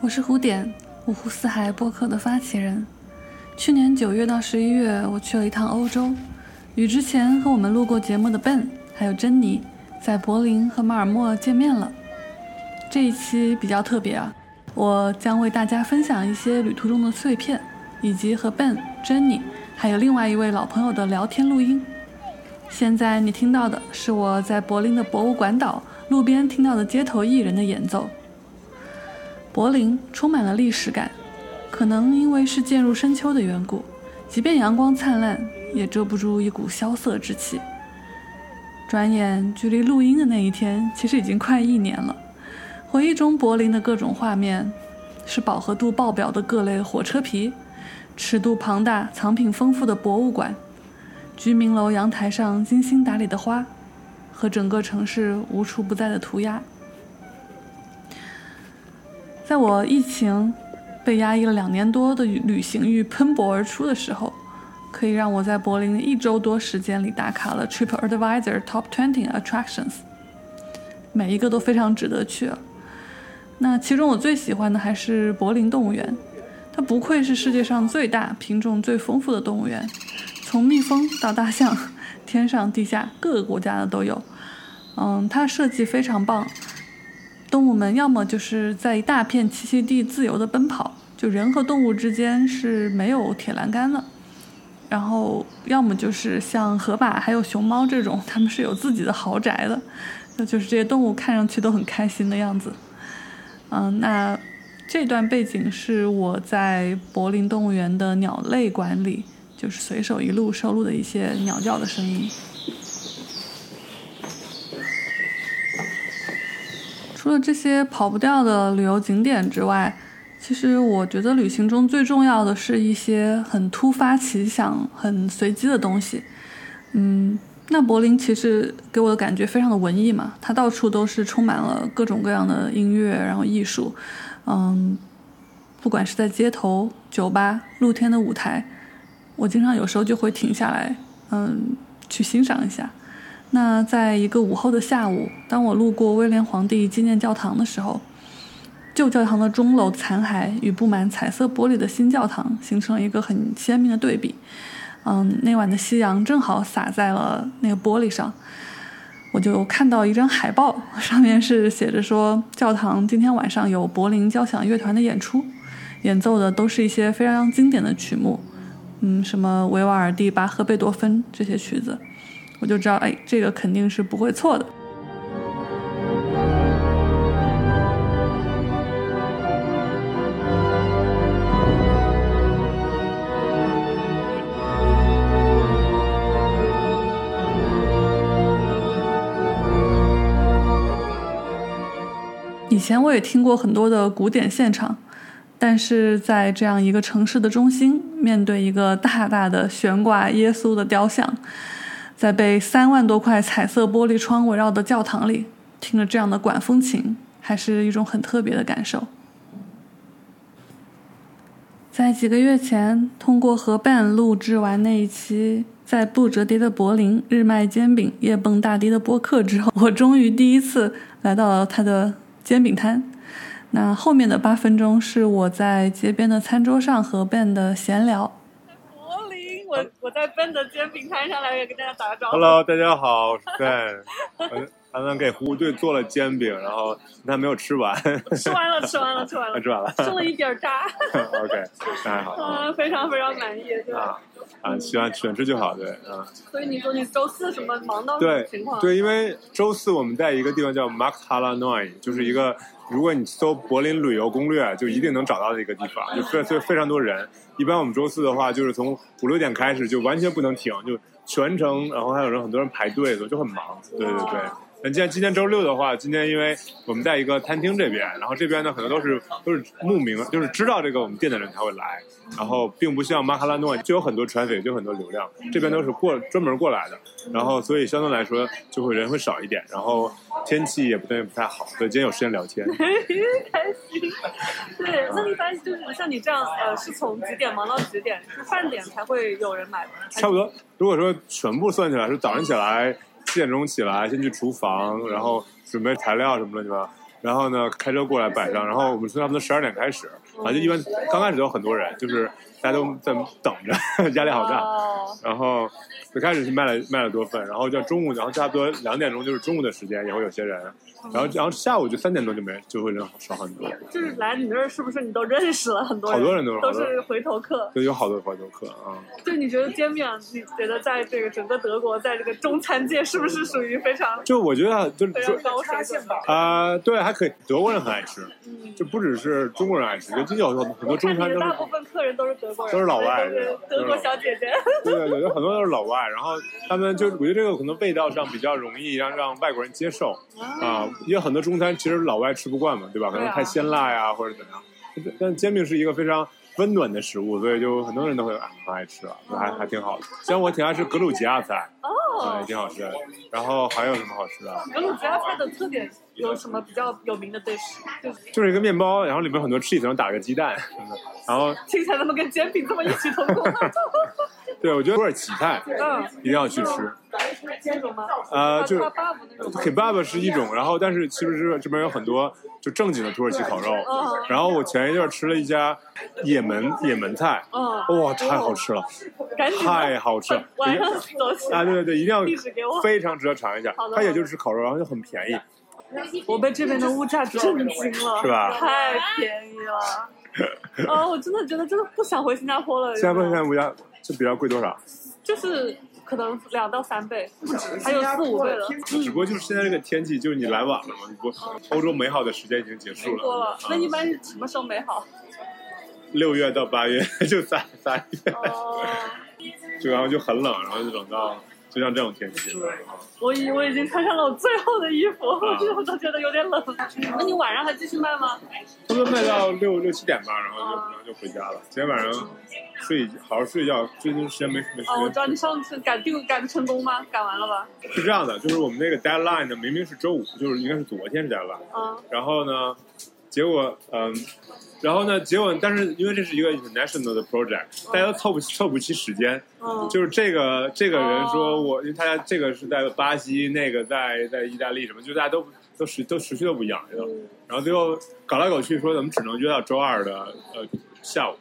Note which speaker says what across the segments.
Speaker 1: 我是胡点，五湖四海播客的发起人。去年九月到十一月，我去了一趟欧洲，与之前和我们录过节目的 Ben 还有珍妮在柏林和马尔默见面了。这一期比较特别啊，我将为大家分享一些旅途中的碎片，以及和 Ben、珍妮还有另外一位老朋友的聊天录音。现在你听到的是我在柏林的博物馆岛路边听到的街头艺人的演奏。柏林充满了历史感，可能因为是渐入深秋的缘故，即便阳光灿烂，也遮不住一股萧瑟之气。转眼距离录音的那一天，其实已经快一年了。回忆中柏林的各种画面，是饱和度爆表的各类火车皮，尺度庞大、藏品丰富的博物馆，居民楼阳台上精心打理的花，和整个城市无处不在的涂鸦。在我疫情被压抑了两年多的旅行欲喷薄而出的时候，可以让我在柏林的一周多时间里打卡了 TripAdvisor Top Twenty Attractions，每一个都非常值得去啊。那其中我最喜欢的还是柏林动物园，它不愧是世界上最大、品种最丰富的动物园，从蜜蜂到大象，天上地下各个国家的都有。嗯，它设计非常棒，动物们要么就是在一大片栖息地自由地奔跑，就人和动物之间是没有铁栏杆的；然后要么就是像河马还有熊猫这种，它们是有自己的豪宅的，那就是这些动物看上去都很开心的样子。嗯，那这段背景是我在柏林动物园的鸟类馆里，就是随手一录收录的一些鸟叫的声音。除了这些跑不掉的旅游景点之外，其实我觉得旅行中最重要的是一些很突发奇想、很随机的东西。嗯，那柏林其实给我的感觉非常的文艺嘛，它到处都是充满了各种各样的音乐，然后艺术，嗯，不管是在街头、酒吧、露天的舞台，我经常有时候就会停下来，嗯，去欣赏一下。那在一个午后的下午，当我路过威廉皇帝纪念教堂的时候，旧教堂的钟楼残骸与布满彩色玻璃的新教堂形成了一个很鲜明的对比。嗯，那晚的夕阳正好洒在了那个玻璃上，我就看到一张海报，上面是写着说教堂今天晚上有柏林交响乐团的演出，演奏的都是一些非常经典的曲目，嗯，什么维瓦尔第、巴赫、贝多芬这些曲子。我就知道，哎，这个肯定是不会错的。以前我也听过很多的古典现场，但是在这样一个城市的中心，面对一个大大的悬挂耶稣的雕像，在被三万多块彩色玻璃窗围绕的教堂里，听着这样的管风琴，还是一种很特别的感受。在几个月前，通过和伴录制完那一期在不折叠的柏林日卖煎饼夜蹦大迪的播客之后，我终于第一次来到了他的煎饼摊。那后面的八分钟是我在街边的餐桌上和 Ben 的闲聊，
Speaker 2: 柏林，我我在奔的煎饼摊上来也跟大家打个招呼。
Speaker 3: Hello，大家好，我是 Ben。我刚刚给胡部队做了煎饼，然后他没有吃完，
Speaker 2: 吃完了，吃完了，吃完了
Speaker 3: 吃，完了。
Speaker 2: 剩了一点 渣，
Speaker 3: OK，那还好
Speaker 2: 啊，非常非常满意，对吧？
Speaker 3: 啊啊，喜欢喜欢吃就好，对，嗯，
Speaker 2: 所以你说你周四什么忙到什么
Speaker 3: 对
Speaker 2: 情况？
Speaker 3: 对，因为周四我们在一个地方叫 m a k t a l a n o i 就是一个如果你搜柏林旅游攻略，就一定能找到的一个地方，就非非非常多人。一般我们周四的话，就是从五六点开始，就完全不能停，就全程，然后还有人很多人排队的，就很忙。对对对。那今天今天周六的话，今天因为我们在一个餐厅这边，然后这边呢可能都是都是慕名，就是知道这个我们店的人才会来，然后并不像马卡拉诺就有很多传粉，就有很多流量，这边都是过专门过来的，然后所以相对来说就会人会少一点，然后天气也不对不太好，所以今天有时间聊天。
Speaker 2: 开心。对，那一般就是像你这样，呃，是从几点忙到几点？是饭点才会有人买吗？还是
Speaker 3: 差不多。如果说全部算起
Speaker 4: 嗯
Speaker 3: 来，是早上起来七点钟起来，先去厨房，然后准备材料什么乱七八糟，然后呢开车过来摆上，然后我们是差不多十二点开始，反正就一般刚开始都有很多人，就是大家都在等着， 压力好大。
Speaker 4: 哦
Speaker 3: 然后最开始是卖了卖了多份，然后叫中午，然后差不多两点钟就是中午的时间也会有些人，然后然后下午就三点多就没就会人少很多，
Speaker 4: 就是来你那儿是不是你都认识了很多人？
Speaker 3: 好多人都是
Speaker 4: 都
Speaker 3: 好多
Speaker 4: 是回头客。
Speaker 3: 就有好多好多客啊。
Speaker 4: 就你觉得煎饼，
Speaker 2: 啊
Speaker 4: 你觉得在这个整个德国，在这个中餐界是不是属于非常
Speaker 3: 就我觉得啊就是
Speaker 4: 非
Speaker 3: 说
Speaker 4: 常高水准的？
Speaker 3: 啊、对，还可以，德国人很爱吃，
Speaker 4: 嗯，
Speaker 3: 就不只是中国人爱吃，尤其有很很多
Speaker 4: 看
Speaker 3: 中
Speaker 4: 你
Speaker 3: 餐
Speaker 4: 的
Speaker 3: 都
Speaker 4: 大
Speaker 3: 是
Speaker 4: 部分客人都是德国人，
Speaker 3: 都是老外
Speaker 4: 都是德国小姐姐。
Speaker 3: 对对对，有很多都是老外，然后他们就是我觉得这个可能味道上比较容易让让外国人接受啊、因为很多中餐其实老外吃不惯嘛，对吧？可能
Speaker 4: 对啊
Speaker 3: 太鲜辣呀、或者怎样。但煎饼是一个非常温暖的食物，所以就很多人都会啊很爱吃啊，还还挺好的。像我挺爱吃格鲁吉亚菜，啊、也
Speaker 4: 哦，
Speaker 3: 挺好吃的。然后还有什么好吃的？啊
Speaker 4: 格鲁吉亚菜的特点有什么比较有名的对食？就是
Speaker 3: 就是一个面包，然后里面很多 cheese，然后打个鸡蛋，然后
Speaker 4: 听起来怎么跟煎饼这么异曲同工？
Speaker 3: 对我觉得土耳其菜
Speaker 4: 嗯，
Speaker 3: 一定要去吃。
Speaker 4: 这种吗？
Speaker 3: 呃就是
Speaker 4: kebab 那种吗
Speaker 3: kebab 是一种，然后但是其实这这边有很多就正经的土耳其烤肉
Speaker 4: 嗯，
Speaker 3: 然后我前一阵吃了一家也门也门菜，
Speaker 4: 嗯，
Speaker 3: 哇，太好吃了，
Speaker 4: 赶紧
Speaker 3: 太好吃了！
Speaker 4: 晚上走起来
Speaker 3: 啊，对对对，一定要
Speaker 4: 地址给我
Speaker 3: 非常值得尝一下
Speaker 4: 好。的
Speaker 3: 它也就是烤肉，然后就很便宜，
Speaker 4: 我被这边的物价震惊了，
Speaker 3: 是吧
Speaker 4: 太便宜了，啊，我真的觉得真的不想回新加坡了。
Speaker 3: 现在问
Speaker 4: 有没
Speaker 3: 现在
Speaker 4: 有
Speaker 3: 物价就比较贵多少？
Speaker 4: 就是可能两到三倍，不止，还有
Speaker 5: 新加
Speaker 4: 四五
Speaker 5: 坡
Speaker 4: 倍
Speaker 5: 的
Speaker 4: 了。
Speaker 5: 天
Speaker 3: 只不过就是现在这个天气，就是你来晚了嘛，不，欧洲美好的时间已经结束
Speaker 4: 多
Speaker 3: 了嗯
Speaker 4: 了，，哦那一般是什么时候美好？
Speaker 3: 六月到八月就三三月，
Speaker 4: 哦，
Speaker 3: 就然后就很冷，然后就冷到就像这种天气了。啊
Speaker 4: 我已我已经穿上了我最后的衣服，我就我都觉得有点冷。啊那你晚上还继续卖吗？
Speaker 3: 差不多卖到六六七点吧，然后就
Speaker 4: 哦
Speaker 3: 然后就回家了。今天晚上睡一好好睡一觉，最近时间没没
Speaker 4: 哦，我
Speaker 3: 时
Speaker 4: 知道
Speaker 3: 间。
Speaker 4: 你上次赶 d 赶成功吗？赶完了吧？
Speaker 3: 是这样的，就是我们那个 deadline 呢，明明是周五，就是应该是昨天是 deadline，
Speaker 4: 嗯
Speaker 3: 然后呢，结果嗯，然后呢，结果但是因为这是一个 international 的 project，大家都凑不凑不齐时间，
Speaker 4: 嗯，
Speaker 3: 就是这个这个人说
Speaker 4: 哦
Speaker 3: 我，因为他这个是在巴西，那个在在意大利什么，就大家都都时都时区都不一样，
Speaker 4: 嗯
Speaker 3: 你知道吗然后最后搞来搞去说，咱们只能约到周二的呃下午。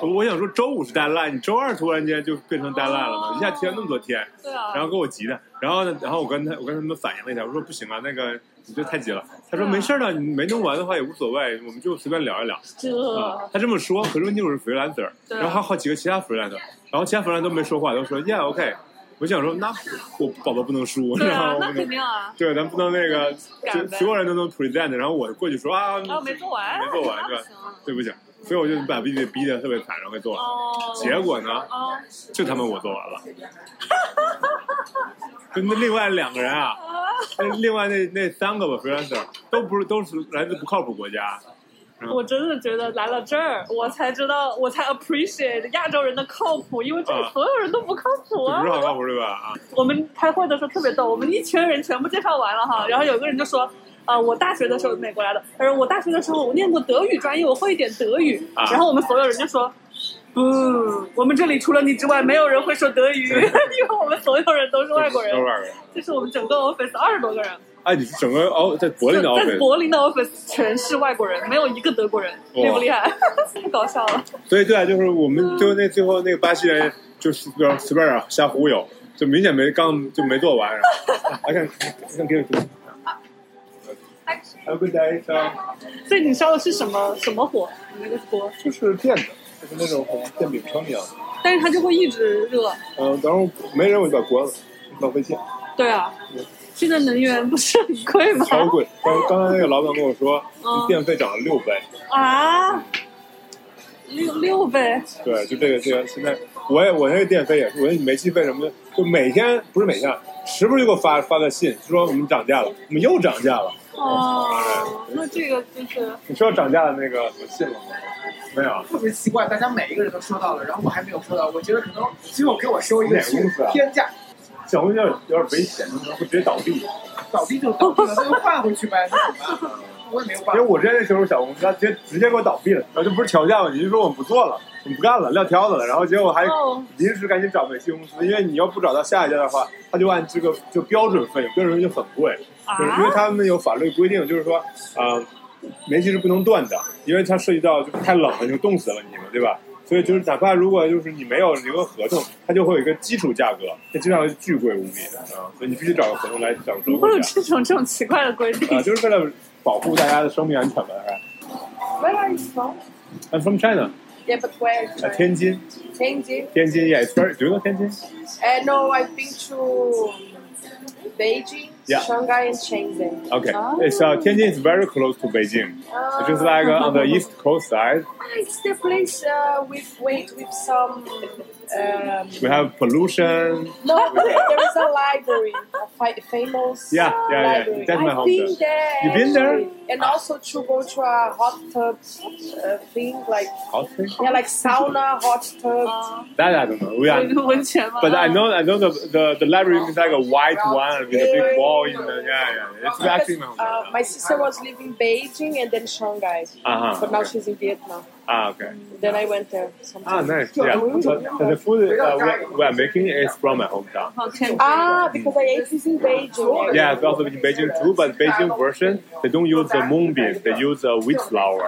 Speaker 3: 我我想说周五是 deadline，你周二突然间就变成 deadline 了嘛，
Speaker 4: 哦
Speaker 3: 一下提了那么多天，
Speaker 4: 对啊。
Speaker 3: 然后给我急的。然后呢，然后我跟他我跟他们反映了一下，我说不行啊，那个你这太急了。他说
Speaker 4: 对啊
Speaker 3: 没事儿的，你没弄完的话也无所谓，我们就随便聊一聊。啊
Speaker 4: 这，
Speaker 3: 他这么说，可是问题我是 freelancer，
Speaker 4: 嗯对啊
Speaker 3: 然后还有好几个其他 freelancer，然后其他 freelancer 都没说话，都说 yeah OK。我想说，那我宝宝不能输，
Speaker 4: 对
Speaker 3: 然
Speaker 4: 啊
Speaker 3: 后，我
Speaker 4: 那
Speaker 3: 不
Speaker 4: 肯
Speaker 3: 能，
Speaker 4: 定啊。
Speaker 3: 对，咱不能那个，
Speaker 4: 敢
Speaker 3: 就
Speaker 4: 呗
Speaker 3: 所有人都能 present，然后我过去说啊，
Speaker 4: 然后没做完，
Speaker 3: 没做完
Speaker 4: 那
Speaker 3: 对
Speaker 4: 不行啊。
Speaker 3: 对不起，所以我就把 B B 逼得特别惨，然后给做了。
Speaker 4: 哦。
Speaker 3: 结果呢，
Speaker 4: 哦。
Speaker 3: 就他妈我做完了。 跟那另外两个 人啊，那另外那那三个吧 freelancer 都不是都是来自不靠谱国家，
Speaker 4: 我真的觉得来了这儿，我才知道，我才 appreciate 亚洲人的靠谱，因为这里
Speaker 3: 啊
Speaker 4: 所有人都不靠谱
Speaker 3: 就
Speaker 4: 啊
Speaker 3: 不是。很靠谱对吧？啊，
Speaker 4: 我们开会的时候特别逗，我们一群人全部介绍完了哈，然后有个人就说。啊、我大学的时候美国来的。他说我大学的时候我念过德语专业，我会一点德语。
Speaker 3: 啊
Speaker 4: 然后我们所有人就说，不、我们这里除了你之外，没有人会说德语， 因为我们所有人都是外国人
Speaker 3: 都。是外国人。
Speaker 4: 这是我们整个 office 二十多个人，
Speaker 3: 哎，你是整个哦，在柏林的
Speaker 4: 在
Speaker 3: office，
Speaker 4: 柏林的 office 全是外国人，没有一个德国人，厉不厉害？ 太搞笑了。
Speaker 3: 所以对啊，就是我
Speaker 4: 嗯
Speaker 3: 们最后那最后那个巴西人就是随便随便啊瞎忽悠，就明显没刚就没做完。I can I can give it to you. Have a good day. ciao.
Speaker 4: 所以你烧的是什么什么火？你那个锅，
Speaker 3: 就是电的，就是那种很电饼铛一样的。
Speaker 4: 但是它就会一直热。
Speaker 3: 嗯，然后没人我就把它关了，浪费电，
Speaker 4: 对啊，现在能源不是很贵吗？
Speaker 3: 超 贵。然后刚才那个老板跟我说，
Speaker 4: 嗯
Speaker 3: 电费涨了六倍。
Speaker 4: 啊，六六倍，
Speaker 3: 对，就这个这个，现在我也我那个电费也是，我那煤气费什么的，就每天不是每天，时不时就给我发发个信，说我们涨价了，我们又涨价了。
Speaker 4: 哦，那这个就是
Speaker 3: 你收到涨价的那个信了吗？没有啊，
Speaker 5: 特别奇怪，大家每一个人都收到了，然后我还没有收到。我觉得可能只有给我收一个
Speaker 3: 哪个公司啊
Speaker 5: 天价，
Speaker 3: 小红有点有点危险，可能会直接倒闭。
Speaker 5: 倒闭就倒闭了，那就换回去呗，那怎么办？我也没有办
Speaker 3: 因
Speaker 5: 法
Speaker 3: 为。我之前那时候小红书，他直接直接给我倒闭了，然后就不是调价问题，就说我们不做了，我们不干了，撂挑子了，然后结果还
Speaker 2: 哦，
Speaker 3: 临时赶紧找美系公司，因为你要不找到下一家的话，他就按这个就标准费，标准费就很贵，就是因为
Speaker 2: 啊，
Speaker 3: 他们有法律规定，就是说，呃，煤气是不能断的，因为它涉及到就是太冷了，就冻死了你们，对吧？所以就是哪怕如果就是你没有留个合同，它就会有一个基础价格，那基础价格巨贵无比啊，所以你必须找个合同来享
Speaker 2: 怎么
Speaker 3: 受
Speaker 2: 会有
Speaker 3: 这价
Speaker 2: 这种这种奇怪的规定
Speaker 3: 啊，就是为了保护大家的生命安全吧，大概。
Speaker 6: Where are you from?
Speaker 3: I'm from China，Uh,
Speaker 6: Yeah, but where? is
Speaker 3: 啊，
Speaker 6: my-
Speaker 3: 天津，
Speaker 6: Tianjin.
Speaker 3: 天津，Yeah，it's very，do you know 天津
Speaker 6: Uh, no, I've been to Beijing,
Speaker 3: Yeah.
Speaker 6: Shanghai, and Shenzhen.
Speaker 3: ？Okay，it's、uh, 天津 is very close to Beijing。
Speaker 6: Uh,
Speaker 3: It's just like uh, on the east coast side,
Speaker 6: it's the place uh, with wait with some. Um,
Speaker 3: we have pollution.
Speaker 6: no, there is a library, a fi- famous.
Speaker 3: Yeah, yeah, yeah.
Speaker 6: library.
Speaker 3: That's my
Speaker 6: I've
Speaker 3: home
Speaker 6: been there.
Speaker 3: You been there?
Speaker 6: actually. And also to go to a hot tub uh, thing, like
Speaker 3: Hot thing?
Speaker 6: yeah, like sauna, hot tub.
Speaker 2: 啊？
Speaker 3: That I don't know. We are
Speaker 2: 温温泉吗？
Speaker 3: But I know, I know the the, the library is like a white one with a big
Speaker 6: Yeah.
Speaker 3: wall in the yeah yeah. It's actually my
Speaker 6: Uh,
Speaker 3: hometown.
Speaker 6: my sister was living Beijing and then Shanghai,
Speaker 3: Uh
Speaker 6: but now she's in Vietnam.
Speaker 3: Ah okay.
Speaker 6: Then I went there.
Speaker 3: Ah
Speaker 6: Sometime.
Speaker 3: nice. Yeah. But the food uh, we- we are making is from my hometown.
Speaker 2: 好天
Speaker 3: 啊
Speaker 6: Ah, because I ate this in Beijing.
Speaker 3: Yeah, it's also in Beijing too, but Beijing version they don't use the moon beans, they use uh, wheat flour.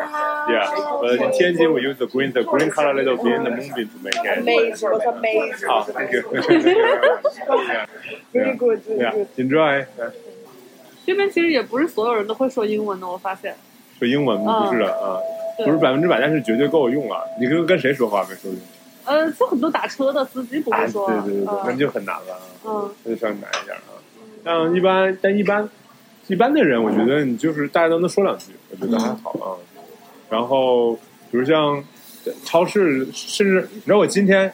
Speaker 3: Yeah. 呃 But in Tianjin we use the green the green color little bean, the moon bean to make it.
Speaker 6: Amazing, it was amazing.
Speaker 3: Oh, thank you. yeah.
Speaker 6: Really good, really
Speaker 3: yeah.
Speaker 6: good.
Speaker 3: Enjoy.
Speaker 2: 这边其实也不是所有人都会说英文的，我发现。
Speaker 3: 说英文不是的啊，
Speaker 2: 对
Speaker 3: 不是百分之百，但是绝对够用啊。你跟跟谁说话没说用？
Speaker 2: 呃，就很多打车的司机不
Speaker 3: 啊，
Speaker 2: 会
Speaker 3: 对
Speaker 2: 说。
Speaker 3: 对对对，那
Speaker 2: 嗯
Speaker 3: 就很难了啊，
Speaker 2: 嗯
Speaker 3: 那就稍微难一点啊。像一般，但一般一般的人，我觉得你就是大家都能说两句，我觉得还好啊。然后比如像超市，甚至你知道我今天。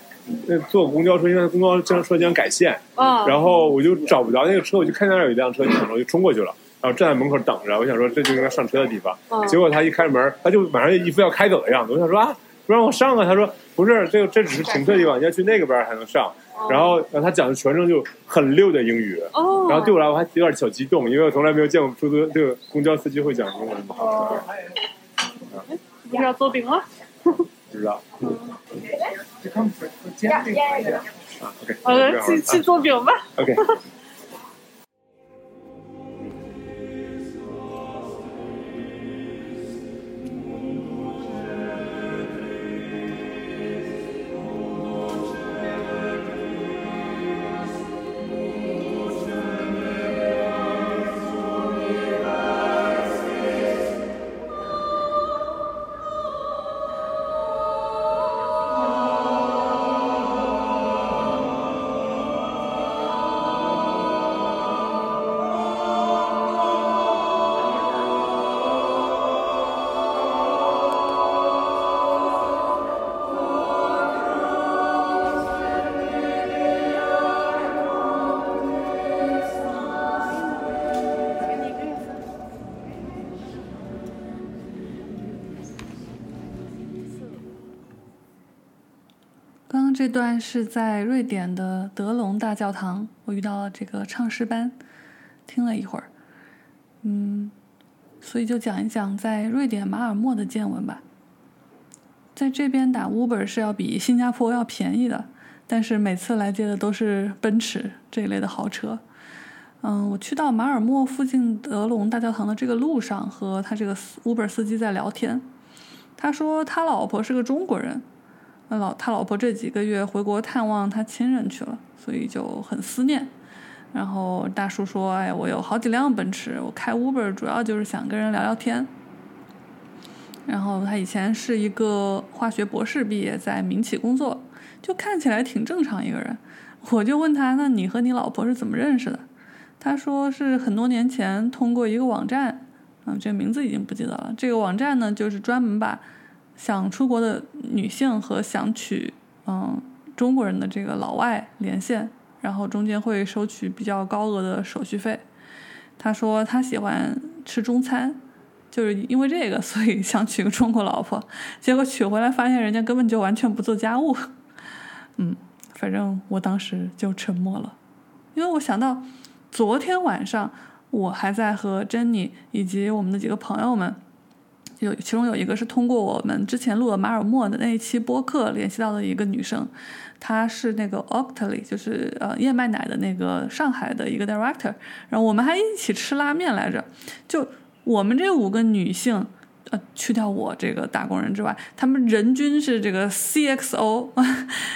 Speaker 3: 呃坐公交车，因为公交车车将改线，
Speaker 4: 哦
Speaker 2: 嗯。
Speaker 3: 然后我就找不着那个车，我就看见那儿有一辆车停了，我就冲过去了，然后站在门口等着。我想说这就应该上车的地方，
Speaker 2: 嗯
Speaker 3: 结果他一开门，他就马上就一副要开走的样子。我想说啊，不让我上啊！他说不是，这个这只是停车地方，你要去那个边儿才能上。然后，然后他讲的全程就很溜的英语，
Speaker 2: 哦。
Speaker 3: 然后对我来说我还有点小激动，因为我从来没有见过出租这个公交司机会讲中文，
Speaker 2: 你是要做饼吗？
Speaker 3: 不知道。
Speaker 5: 就他们不不坚定
Speaker 6: Yeah, yeah,
Speaker 5: 的
Speaker 6: yeah.。
Speaker 3: 啊，OK，
Speaker 2: 呃，去去做饼吧。
Speaker 3: o k
Speaker 1: 刚刚这段是在瑞典的德隆大教堂，我遇到了这个唱诗班，听了一会儿，嗯，所以就讲一讲在瑞典马尔默的见闻吧。在这边打 Uber 是要比新加坡要便宜的，但是每次来接的都是奔驰这一类的豪车。嗯，我去到马尔默附近德隆大教堂的这个路上，和他这个司 Uber 司机在聊天。他说他老婆是个中国人，那老他老婆这几个月回国探望他亲人去了，所以就很思念。然后大叔说：“哎，我有好几辆奔驰，我开 Uber 主要就是想跟人聊聊天。”然后他以前是一个化学博士毕业，在民企工作，就看起来挺正常一个人。我就问他：“那你和你老婆是怎么认识的？”他说是很多年前通过一个网站，嗯，这个名字已经不记得了。这个网站呢，就是专门把想出国的女性和想娶嗯中国人的这个老外连线，然后中间会收取比较高额的手续费。他说他喜欢吃中餐，就是因为这个，所以想娶个中国老婆，结果娶回来发现人家根本就完全不做家务。 嗯，反正我当时就沉默了，因为我想到昨天晚上我还在和珍妮以及我们的几个朋友们，有其中有一个是通过我们之前录的马尔默的那一期播客联系到的一个女生，她是那个 Octly，就是呃燕麦奶的那个上海的一个 director，然后我们还一起吃拉面来着，就我们这五个女性。呃，去掉我这个打工人之外，他们人均是这个 CXO，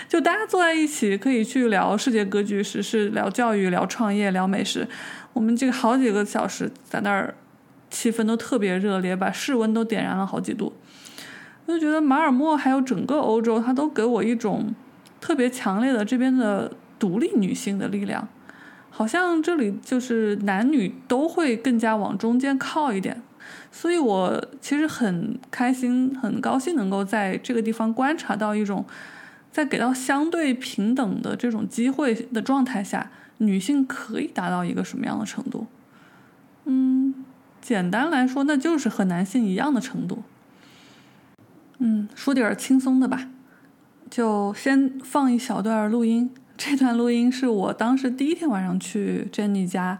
Speaker 1: 就 大家坐在一起可以去聊世界格局、时事、聊教育、聊创业、聊美食。我们这个好几个小时在那儿，气氛都特别热烈，把室温都点燃了好几度。我就觉得马尔默还有整个欧洲，它都给我一种特别强烈的这边的独立女性的力量，好像这里就是男女都会更加往中间靠一点。所以我其实很开心、很高兴能够在这个地方观察到一种，在给到相对平等的这种机会的状态下，女性可以达到一个什么样的程度？嗯，简单来说，那就是和男性一样的程度。嗯，说点儿轻松的吧，就先放一小段录音。这段录音是我当时第一天晚上去珍妮家，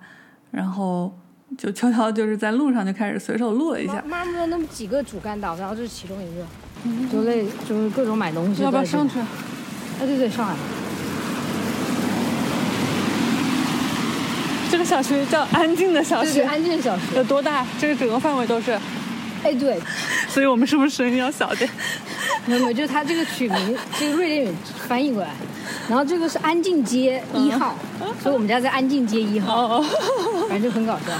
Speaker 1: 然后。就悄悄就是在路上就开始随手录了一下，
Speaker 7: 妈妈那么几个主干道，然后这是其中一个，就类就是各种买东西。
Speaker 1: 嗯要不要上去？
Speaker 7: 哎，对对，上来。
Speaker 1: 这个小区叫安静的小
Speaker 7: 对
Speaker 1: 区
Speaker 7: 对，，安静小区。
Speaker 1: 有多大？这个整个范围都是，
Speaker 7: 哎，对，
Speaker 1: 所以我们是不是声音要小点？
Speaker 7: 没有没有，就是它这个取名，这个瑞典语翻译过来，然后这个是安静街一号，所以我们家在安静街一号，
Speaker 1: 嗯哦，
Speaker 7: 反正就很搞笑。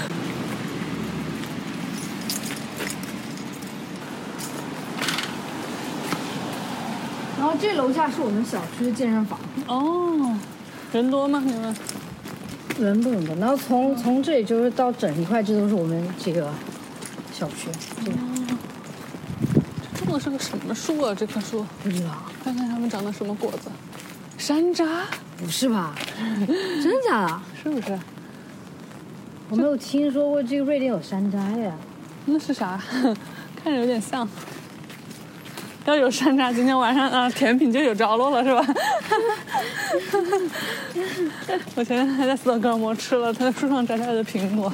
Speaker 7: 然后这楼下是我们小区的健身房。
Speaker 1: 哦，人多吗？你们？
Speaker 7: 人不能多，然后从从这里就是到整一块，这都是我们这个小区，这个
Speaker 1: 这个是个什么树啊？这棵树，
Speaker 7: 不知道
Speaker 1: 看看它们长的什么果子？山楂
Speaker 7: 不是 吧？真的假的？
Speaker 1: 是不是？
Speaker 7: 我没有听说过这个瑞典有山啊楂呀。
Speaker 1: 那是啥？ 看着有点像。要有山楂，今天晚上啊、呃甜品就有着落了，是吧？ 我前天还在斯德哥尔摩吃了它树上摘下来的苹果，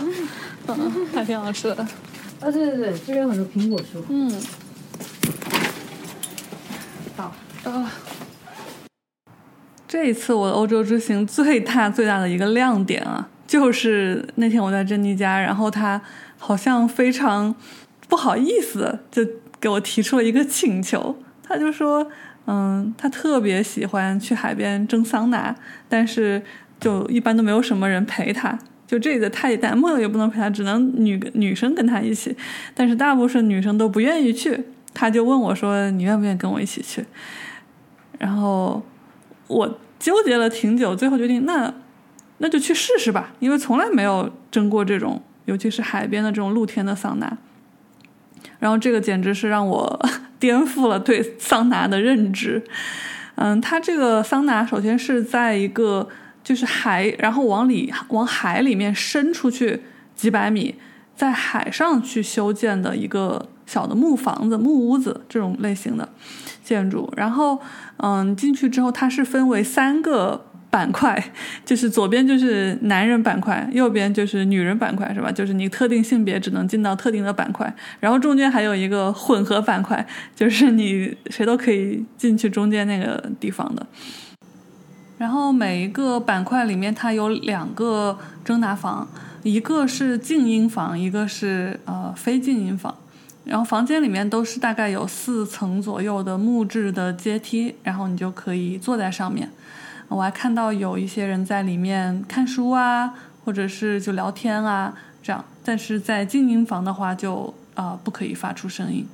Speaker 1: 嗯，还挺好吃的。
Speaker 7: 啊，对对对，这边有很多苹果树。
Speaker 1: 嗯，
Speaker 7: 到了
Speaker 1: 到了。这一次我的欧洲之行最大最大的一个亮点啊，就是那天我在珍妮家，然后她好像非常不好意思，就给我提出了一个请求，她就说，嗯，她特别喜欢去海边蒸桑拿，但是就一般都没有什么人陪她。就这里的太太梦也不能陪她，只能女女生跟她一起，但是大部分女生都不愿意去。她就问我说：“你愿不愿意跟我一起去？”然后我纠结了挺久，最后决定那那就去试试吧，因为从来没有蒸过这种，尤其是海边的这种露天的桑拿。然后这个简直是让我 颠覆了对桑拿的认知。嗯，它这个桑拿首先是在一个就是海，然后往里往海里面伸出去几百米，在海上去修建的一个小的木房子、木屋子这种类型的 建筑。然后，嗯，进去之后它是分为三个板块， 就是左边就是男人板块，右边就是女人板块，是吧？就是你特定性别只能进到特定的板块，然后中间还有一个混合板块，就是你谁都可以进去中间那个地方的。然后每一个板块里面，它有两个蒸拿房，一个是静音房，一个是呃非静音房。然后房间里面都是大概有四层左右的木质的阶梯，然后你就可以坐在上面。我还看到有一些人在里面看书啊，或者是就聊天啊这样。但是在静音房的话就，啊不可以发出声音。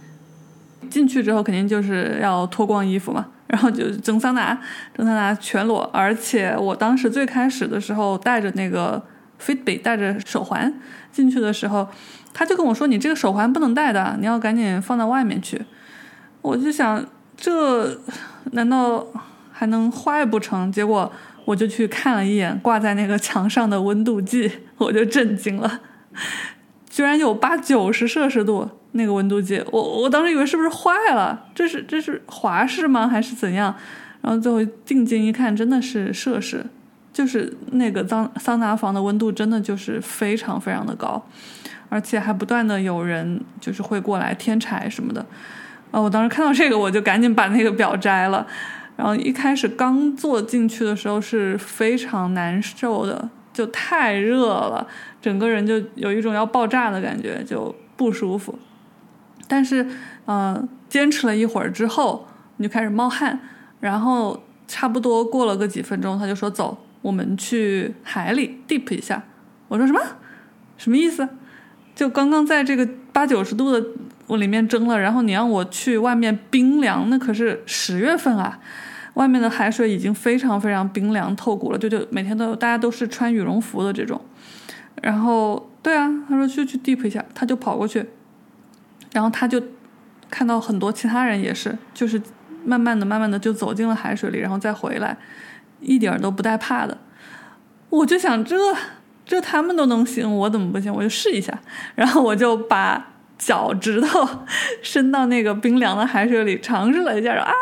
Speaker 1: 进去之后肯定就是要脱光衣服嘛，然后就蒸桑拿，蒸桑拿全裸。而且我当时最开始的时候戴着那个 Fitbit，戴着手环进去的时候，他就跟我说：“你这个手环不能戴的，你要赶紧放到外面去。”我就想，这难道还能坏不成？结果我就去看了一眼挂在那个墙上的温度计，我就震惊了，居然有八九十摄氏度那个温度计，我我当时以为是不是坏了？这是这是华氏吗？还是怎样？然后最后定睛一看，真的是摄氏，就是那个桑桑拿房的温度真的就是非常非常的高，而且还不断的有人就是会过来添柴什么的。啊，我当时看到这个，我就赶紧把那个表摘了。然后一开始刚坐进去的时候是非常难受的，就太热了，整个人就有一种要爆炸的感觉，就不舒服。但是，呃，坚持了一会儿之后，你就开始冒汗，然后差不多过了个几分钟，他就说：“走，我们去海里 dip 一下。”我说：“什么？什么意思？就刚刚在这个八九十度的我里面蒸了，然后你让我去外面冰凉，那可是十月份啊，外面的海水已经非常非常冰凉透骨了，就就每天都有，大家都是穿羽绒服的这种。然后对啊，他说去去 dip 一下，他就跑过去，然后他就看到很多其他人也是，就是慢慢的、慢慢的就走进了海水里，然后再回来，一点儿都不带怕的。我就想这这他们都能行，我怎么不行？我就试一下，然后我就把脚趾头伸到 那个冰凉的海水里尝试了一下，然后啊，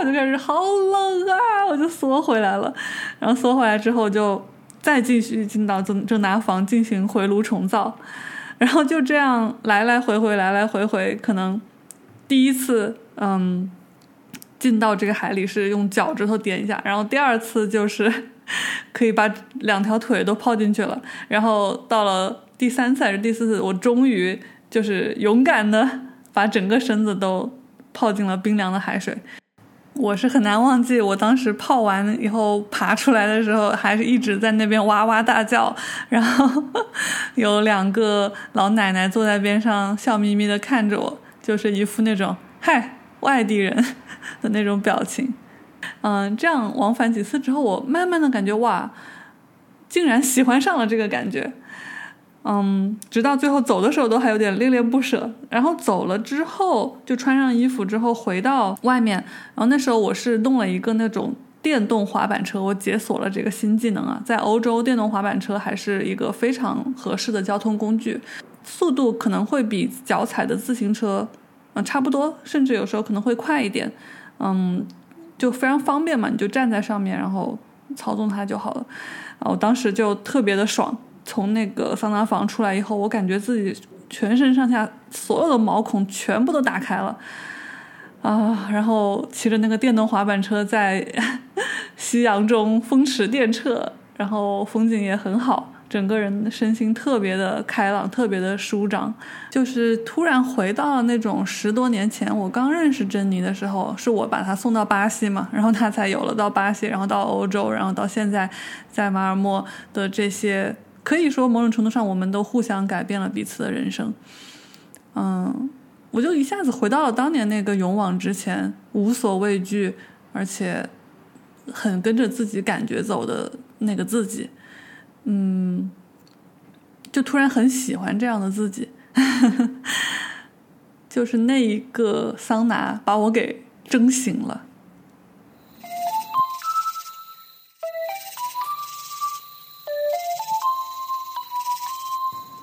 Speaker 1: 我就开始好冷啊，我就缩回来了。然后缩回来之后就再继续进到蒸蒸拿房进行回炉重造，然后就这样来来回回，来来回回，可能第一次嗯进到这个海里是用脚趾头点一下，然后第二次就是 可以把两条腿都泡进去了，然后到了第三次还是第四次，我终于就是勇敢的把整个身子都泡进了冰凉的海水。我是很难忘记，我当时泡完以后爬出来的时候，还是一直在那边哇哇大叫，然后有两个老奶奶坐在边上笑眯眯的看着我，就是一副那种“嗨，外地人”的那种表情。嗯，这样往返几次之后，我慢慢的感觉哇，竟然喜欢上了这个感觉。嗯，直到最后走的时候都还有点恋恋不舍。然后走了之后，就穿上衣服之后回到外面，然后那时候我是弄了一个那种电动滑板车，我解锁了这个新技能啊。在欧洲，电动滑板车还是一个非常合适的交通工具，速度可能会比脚踩的自行车，嗯，差不多，甚至有时候可能会快一点。嗯，就非常方便嘛，你就站在上面，然后操纵它就好了。啊，我当时就特别的爽。从那个桑拿房出来以后，我感觉自己全身上下所有的毛孔全部都打开了啊！然后骑着那个电动滑板车在 夕阳中风驰电掣，然后风景也很好，整个人的身心特别的开朗，特别的舒张，就是突然回到了那种十多年前我刚认识珍妮的时候，是我把她送到巴西嘛，然后她才有了到巴西，然后到欧洲，然后到现在在马尔默的这些。可以说，某种程度上，我们都互相改变了彼此的人生。嗯，我就一下子回到了当年那个勇往直前、无所畏惧，而且很跟着自己感觉走的那个自己。嗯，就突然很喜欢这样的自己。 就是那一个桑拿把我给蒸醒了。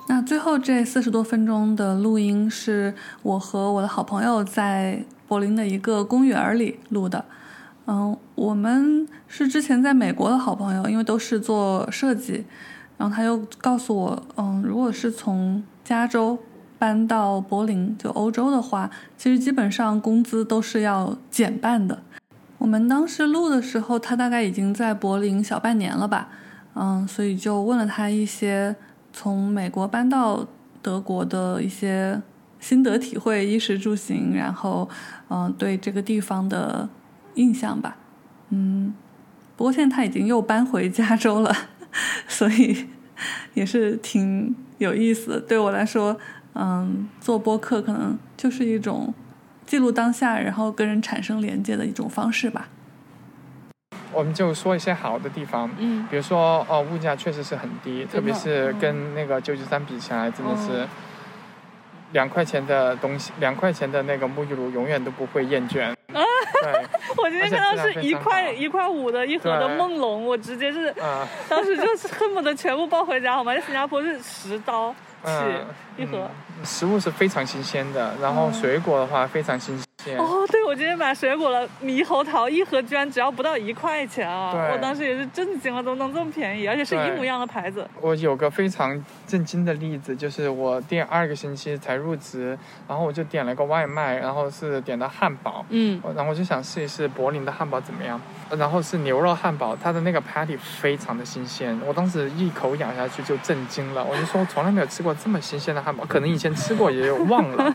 Speaker 1: 那最后这四十多分钟的录音是我和我的好朋友在柏林的一个公园里录的。嗯，我们是之前在美国的好朋友，因为都是做设计，然后他又告诉我，嗯，如果是从加州搬到柏林，就欧洲的话，其实基本上工资都是要减半的。我们当时录的时候，他大概已经在柏林小半年了吧，嗯，所以就问了他一些。从美国搬到德国的一些心得体会、衣食住行，然后嗯、呃对这个地方的印象吧。嗯，不过现在他已经又搬回加州了， 所以也是挺有意思的。对我来说，嗯，做播客可能就是一种记录当下，然后跟人产生连接的一种方式吧。
Speaker 8: 我们就说一些好的地方，
Speaker 4: 嗯
Speaker 8: 比如说哦，物价确实是很低，特别是跟那个旧金山比起来，真的是
Speaker 4: 哦
Speaker 8: 两块钱的东西，两块钱的那个沐浴露永远都不会厌倦。
Speaker 4: 啊
Speaker 8: 对，
Speaker 4: 我今天看到是一块
Speaker 8: 而且质量非常好
Speaker 4: 一块五的一盒的梦龙，我直接是
Speaker 8: 啊、
Speaker 4: 当时就是恨不得全部抱回家，好吗？在新加坡是十刀起
Speaker 8: 嗯
Speaker 4: 一盒，
Speaker 8: 嗯食物是非常新鲜的，然后水果的话非常新鲜。钱。
Speaker 4: 哦，对，我今天买水果了，猕猴桃一盒居然只要不到一块钱啊！
Speaker 8: 对
Speaker 4: 我当时也是震惊了，怎么能这么便宜？而且是一模一样的牌子。
Speaker 8: 我有个非常震惊的例子，就是我第二个星期才入职，然后我就点了个外卖，然后是点的汉堡，
Speaker 4: 嗯，
Speaker 8: 然后我就想试一试柏林的汉堡怎么样，然后是牛肉汉堡，它的那个 patty 非常的新鲜，我当时一口咬下去就震惊了，我就说我从来没有吃过这么新鲜的汉堡，可能以前吃过也有忘 了。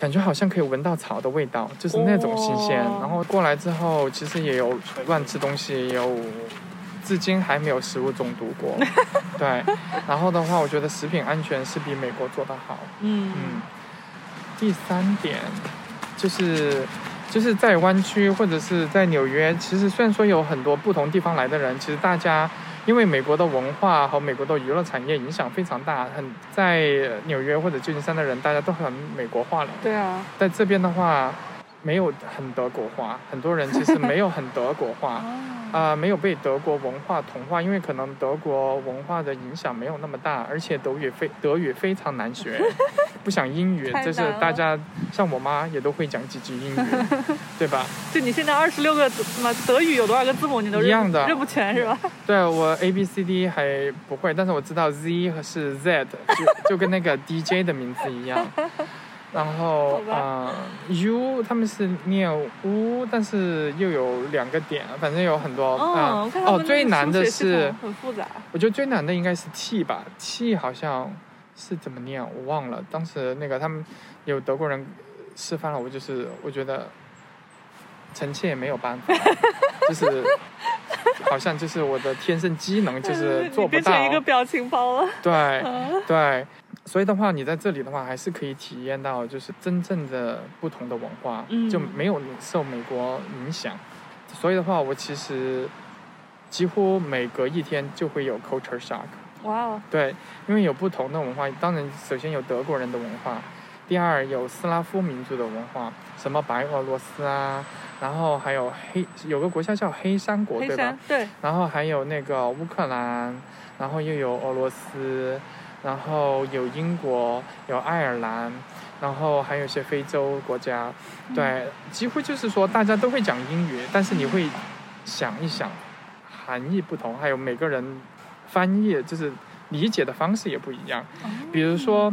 Speaker 8: 感觉好像可以闻到草的味道，就是那种新鲜。
Speaker 4: 哦
Speaker 8: 然后过来之后，其实也有乱吃东西，也有至今还没有食物中毒 过。对，然后的话，我觉得食品安全是比美国做得好。
Speaker 4: 嗯
Speaker 8: 嗯，第三点就是就是在湾区或者是在纽约，其实虽然说有很多不同地方来的人，其实大家因为美国的文化和美国的娱乐产业影响非常大，很在呃纽约或者旧金山的人，大家都很美国化了。
Speaker 4: 对啊，
Speaker 8: 在这边的话，没有很德国化，很多人其实没有很德国 化，
Speaker 4: 哦
Speaker 8: 啊、没有被德国文化同化，因为可能德国文化的影响没有那么大，而且德语非德语非常 难学，不像英语
Speaker 4: 太，
Speaker 8: 就是
Speaker 4: 难了
Speaker 8: 大家像我妈也都会讲几句 英语，对吧？
Speaker 4: 就你现在二十六个字什么德语有多少个字母你都认
Speaker 8: 一样的
Speaker 4: 认不全是吧？
Speaker 8: 对我 A B C D 还不会，但是我知道 Z 和是 Z，就 就跟那个 DJ 的名字 一样。然后
Speaker 4: 好
Speaker 8: 啊、呃、，U 他们是念 U，但是又有两个点，反正有很多啊、
Speaker 4: 嗯，我看他
Speaker 8: 哦，
Speaker 4: 们
Speaker 8: 最难的
Speaker 4: 那个数学系
Speaker 8: 是
Speaker 4: 统，很复杂，
Speaker 8: 我觉得最难的应该是 T 吧，T 好像是怎么念我忘了。当时那个他们有德国人示范了，我就是我觉得臣妾也没有办法，就是好像就是我的天生机能就是
Speaker 4: 嗯
Speaker 8: 做
Speaker 4: 你
Speaker 8: 不
Speaker 4: 变
Speaker 8: 到
Speaker 4: 成。一个表情包了。
Speaker 8: 对
Speaker 4: 嗯
Speaker 8: 对，所以的话，你在这里的话，还是可以体验到就是真正的不同的文化，
Speaker 4: 嗯
Speaker 8: 就没有受美国影响。所以的话，我其实几乎每隔一天就会有 culture shock。
Speaker 4: 哇哦，
Speaker 8: 对，因为有不同的文化，当然首先有德国人的文化，第二有斯拉夫民族的文化，什么白俄罗斯啊，然后还有黑有个国家叫黑山国，
Speaker 4: 黑
Speaker 8: 对吧
Speaker 4: 山？对，
Speaker 8: 然后还有那个乌克兰，然后又有俄罗斯，然后有英国，有爱尔兰，然后还有一些非洲国家，对，几乎就是说大家都会讲英语，但是你会想一想，含义不同，还有每个人翻译就是理解的方式也不一样，比如说。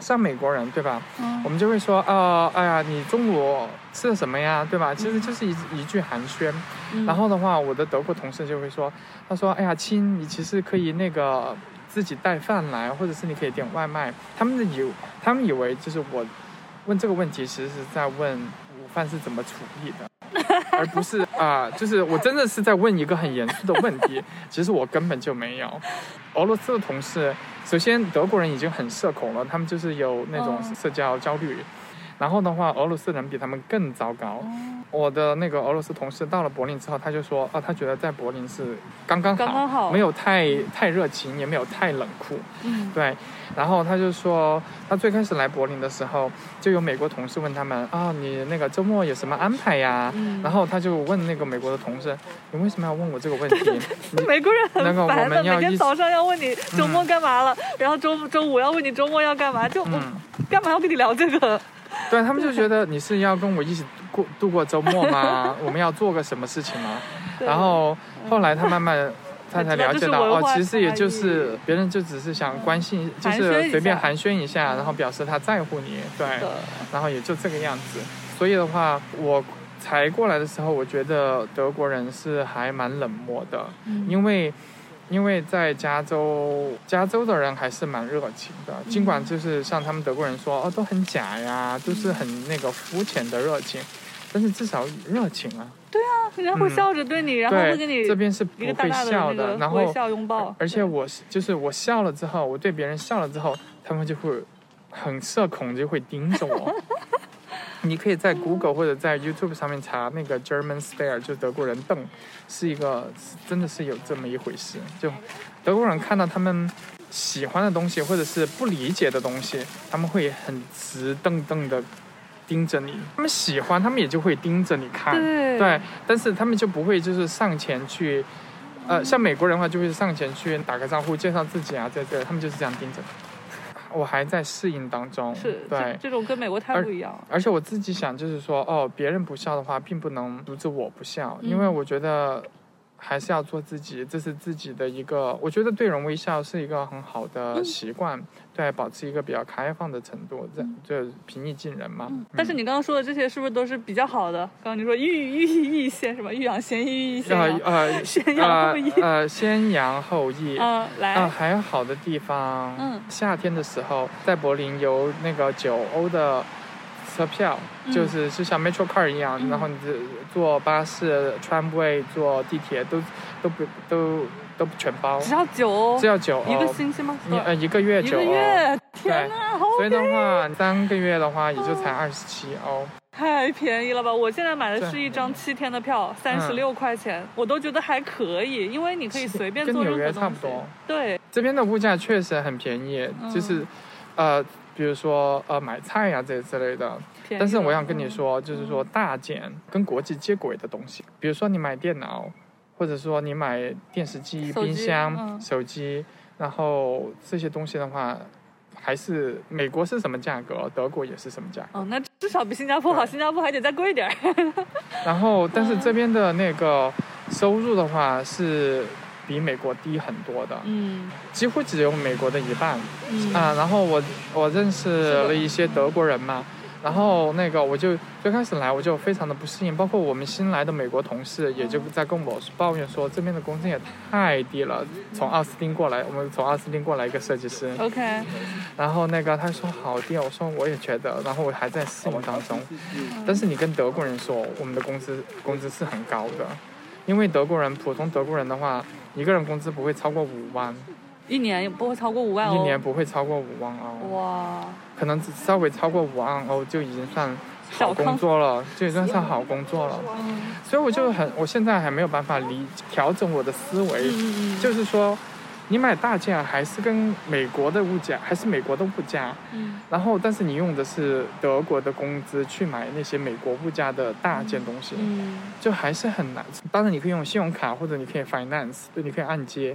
Speaker 8: 像美国人对吧？我们就会说，呃，哎呀，你中午吃了什么呀？对吧？其实就是一一句寒暄，然后的话，我的德国同事就会说，他说：“哎呀，亲，你其实可以那个自己带饭来，或者是你可以点外卖。”他们的以他们以为就是我问这个问题，其实是在问午饭是怎么处理的，而不是啊、就是我真的是在问一个很严肃的问题， 其实我根本就没有。俄罗斯的同事，首先德国人已经很社恐了，他们就是有那种社交焦虑。然后的话，俄罗斯人比他们更糟糕。我的那个俄罗斯同事到了柏林之后，他就说，哦，他觉得在柏林是刚刚好，
Speaker 4: 刚刚好
Speaker 8: 没有太太热情，也没有太冷酷。
Speaker 4: 嗯，
Speaker 8: 对。然后他就说，他最开始来柏林的时候，就有美国同事问他们，啊、你那个周末有什么安排呀？
Speaker 4: 嗯
Speaker 8: 然后他就问那个美国的同事，你为什么要问我这个 问题？你
Speaker 4: 美国人
Speaker 8: 那
Speaker 4: 很
Speaker 8: 个我
Speaker 4: 烦
Speaker 8: 们
Speaker 4: 的，
Speaker 8: 要
Speaker 4: 每天
Speaker 8: 一
Speaker 4: 早上要问你周
Speaker 8: 嗯
Speaker 4: 末干嘛了，然后周周五要问你周末要干嘛，就我
Speaker 8: 嗯
Speaker 4: 干嘛要跟你聊这个？
Speaker 8: 对他们就觉得你是要跟我一起过度过周末 吗？我们要做个什么事情吗？
Speaker 4: 对
Speaker 8: 然后后来他慢慢。他才了解
Speaker 4: 这是
Speaker 8: 到
Speaker 4: 文
Speaker 8: 哦
Speaker 4: 化，
Speaker 8: 其实也就
Speaker 4: 差
Speaker 8: 是别人就只是想关心，就
Speaker 4: 寒暄一
Speaker 8: 是
Speaker 4: 下
Speaker 8: 随便寒暄一下，然后表示他在乎你，对，然后也就这个样子。所以的话，我才过来的时候，我觉得德国人是还蛮冷漠的，
Speaker 4: 嗯
Speaker 8: 因为因为在加州，加州的人还是蛮热情的，
Speaker 4: 嗯
Speaker 8: 尽管就是像他们德国人说哦，都很假呀，都是很那个肤浅的热情，但是至少热情啊。
Speaker 4: 人家会笑着对你，然后会
Speaker 8: 对
Speaker 4: 跟你，
Speaker 8: 这边是不
Speaker 4: 一个大
Speaker 8: 会
Speaker 4: 大
Speaker 8: 笑
Speaker 4: 那个
Speaker 8: 然
Speaker 4: 微
Speaker 8: 后
Speaker 4: 笑拥抱，
Speaker 8: 而且我是就是我笑了之后，我对别人笑了之后，他们就会很社恐，就会盯着我。 你可以在 Google 或者在 YouTube 上面查那个 German stare，就是德国人瞪，是一个是真的是有这么一回事。就德国人看到他们喜欢的东西或者是不理解的东西，他们会很直瞪瞪的盯着你。他们喜欢，他们也就会盯着你看。
Speaker 4: 对
Speaker 8: 对，但是他们就不会就是上前去，呃，像美国人的话就会上前去打个招呼、介绍自己啊，这这，他们就是这样盯着。好我还在适应当中。
Speaker 4: 是这
Speaker 8: 对，
Speaker 4: 这种跟美国太不一样了。
Speaker 8: 而且我自己想，就是说，哦，别人不笑的话，并不能阻止我不笑，
Speaker 4: 嗯
Speaker 8: 因为我觉得还是要做自己，这是自己的一个，我觉得对人微笑是一个很好的
Speaker 4: 嗯
Speaker 8: 习惯，对，保持一个比较开放的程度，这
Speaker 4: 嗯
Speaker 8: 就平易近人嘛。嗯
Speaker 4: 但是你刚刚说的这些是不是都是比较好的？刚刚你说欲欲欲先什么？欲养先欲欲先
Speaker 8: 呃
Speaker 4: 养
Speaker 8: 呃
Speaker 4: 先养后
Speaker 8: 呃
Speaker 4: 抑。
Speaker 8: 呃，先扬后抑。
Speaker 4: 嗯，
Speaker 8: 啊，
Speaker 4: 来，
Speaker 8: 还有好的地方。
Speaker 4: 嗯
Speaker 8: 夏天的时候，在柏林有那个九欧的车票，
Speaker 4: 嗯
Speaker 8: 就是就像 Metro Car 一样，
Speaker 4: 嗯
Speaker 8: 然后你只坐巴士、tramway、坐地铁都都不都都全包，
Speaker 4: 只要九欧
Speaker 8: 只，要九欧，
Speaker 4: 一个星期吗？
Speaker 8: 你呃一个月
Speaker 4: 一
Speaker 8: 九欧，
Speaker 4: 个月，
Speaker 8: 对
Speaker 4: 天。哪，好嗯
Speaker 8: 所以的话，三个月的话也就才二十七欧，
Speaker 4: 太便宜了吧！我现在买的是
Speaker 8: 对嗯
Speaker 4: 一张七天的票，三十六块钱，我都觉得还可以，因为你可以随便
Speaker 8: 跟
Speaker 4: 做任
Speaker 8: 纽
Speaker 4: 何
Speaker 8: 约
Speaker 4: 东西。
Speaker 8: 差不多。
Speaker 4: 对，
Speaker 8: 这边的物价确实很便宜，
Speaker 4: 嗯
Speaker 8: 就是，呃，比如说呃买菜呀、这之类的，
Speaker 4: 便宜
Speaker 8: 但是我
Speaker 4: 了嗯
Speaker 8: 想跟你，说，就是说大件跟国际接轨的东西，比如说你买电脑，或者说你买电视机、
Speaker 4: 手机
Speaker 8: 冰箱、
Speaker 4: 嗯
Speaker 8: 手机，然后这些东西的话，还是美国是什么价格，德国也是什么价格。
Speaker 4: 嗯，哦那至少比新加坡好，
Speaker 8: 对
Speaker 4: 新加坡还得再贵一点儿。
Speaker 8: 然后，但是这边的那个收入的话是比美国低很多的，
Speaker 4: 嗯
Speaker 8: 几乎只有美国的一半。
Speaker 4: 嗯
Speaker 8: 啊，然后我我认识了一些德国人嘛，然后那个我就最开始来我就非常的不适应，包括我们新来的美国同事也就在跟我抱怨说这边的工资也太低了，从奥斯汀过来，我们从奥斯汀过来一个设计师，
Speaker 4: ，OK，
Speaker 8: 然后那个他说好低，啊我说我也觉得，然后我还在适应当中，但是你跟德国人说我们的工资工资是很高的，因为德国人普通德国人的话，一个人工资不会超过五万，
Speaker 4: 一年也不会超过五万
Speaker 8: 一
Speaker 4: 欧。
Speaker 8: 年不会超过五万欧。
Speaker 4: 哇，
Speaker 8: 可能只稍微超过五万欧就已经算好工作了，就已经算好工作了。
Speaker 4: 嗯
Speaker 8: 所以我就很，我现在还没有办法理调整我的思维，
Speaker 4: 嗯嗯
Speaker 8: 就是说，你买大件还是跟美国的物价，还是美国的物价，
Speaker 4: 嗯
Speaker 8: 然后但是你用的是德国的工资去买那些美国物价的大件东西，
Speaker 4: 嗯
Speaker 8: 就还是很难。当然你可以用信用卡，或者你可以 finance，对，你可以按揭。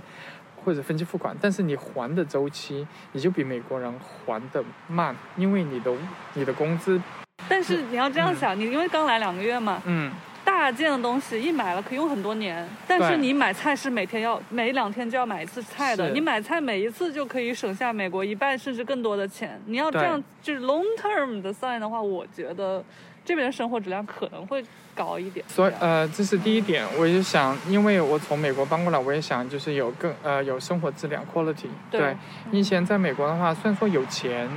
Speaker 8: 或者分期付款，但是你还的周期，你就比美国人还的慢，因为你的你的工资，
Speaker 4: 嗯。但是你要这样想，你因为刚来两个月嘛，
Speaker 8: 嗯，
Speaker 4: 大件的东西一买了可以用很多年，但
Speaker 8: 对
Speaker 4: 是你买菜是每天要每两天就要买一次菜的，
Speaker 8: 是
Speaker 4: 你买菜每一次就可以省下美国一半甚至更多的钱。你要这
Speaker 8: 对
Speaker 4: 样就是 long term 的算的话，我觉得这边的生活质量可能会高一点。
Speaker 8: 所以
Speaker 4: 这样
Speaker 8: 呃，这是第一点，我就想，因为我从美国搬过来，我也想就是有更呃有生活质量 quality
Speaker 4: 对
Speaker 8: 你以前在美国的话，虽然说有钱，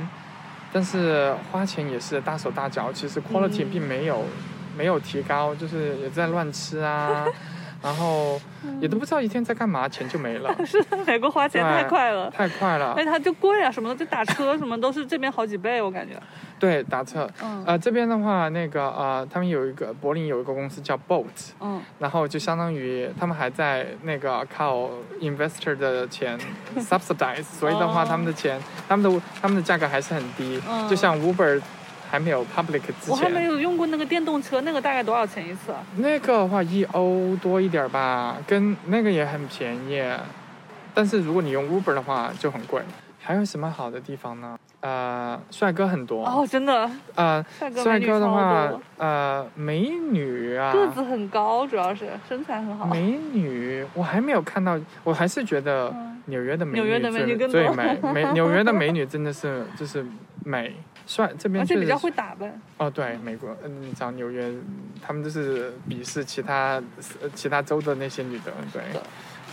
Speaker 8: 但是花钱也是大手大脚，其实 quality
Speaker 4: 嗯
Speaker 8: 并没有、没有提高，就是也在乱吃 啊，然后也都不知道一天在干嘛，钱 就没了，
Speaker 4: 美国嗯花钱
Speaker 8: 对
Speaker 4: 太快了。
Speaker 8: 太 快了
Speaker 4: 而。且它就贵啊，什么的，就打车什么都是这边好几倍，我感觉。
Speaker 8: 对，打车。
Speaker 4: 嗯
Speaker 8: 呃，这边的话，那个呃，他们有一个柏林有一个公司叫 Bolt，
Speaker 4: 嗯，
Speaker 8: 然后就相当于他们还在那个靠 investor 的钱 subsidize，所以的话
Speaker 4: 哦
Speaker 8: 他们的钱、他们的他们的价格还是很低，
Speaker 4: 嗯
Speaker 8: 就像 Uber 还没有 public 之
Speaker 4: 我还没
Speaker 8: 前，
Speaker 4: 有用过那个电动车，那个大概多少钱一次啊？
Speaker 8: 那个的话一欧多一点吧，跟那个也很便宜，但是如果你用 Uber 的话就很贵。还有什么好的地方呢？呃，帅哥很多，
Speaker 4: 哦，真的，
Speaker 8: 呃，
Speaker 4: 帅哥美
Speaker 8: 帅
Speaker 4: 女
Speaker 8: 哥的
Speaker 4: 超
Speaker 8: 话
Speaker 4: 多，
Speaker 8: 呃，美女啊，
Speaker 4: 个子很高，主要是身材很好。
Speaker 8: 美女，我还没有看到，我还是觉得
Speaker 4: 嗯
Speaker 8: 纽约的美
Speaker 4: 纽约的美
Speaker 8: 最
Speaker 4: 女更
Speaker 8: 最
Speaker 4: 多
Speaker 8: 美，美 纽约的美女真的是就是美帅，这边
Speaker 4: 而且
Speaker 8: 确
Speaker 4: 比
Speaker 8: 实
Speaker 4: 较
Speaker 8: 是
Speaker 4: 会打扮。
Speaker 8: 哦，对，美国，嗯，你找纽约，嗯他们就是鄙视其他呃其他州的那些女的，对，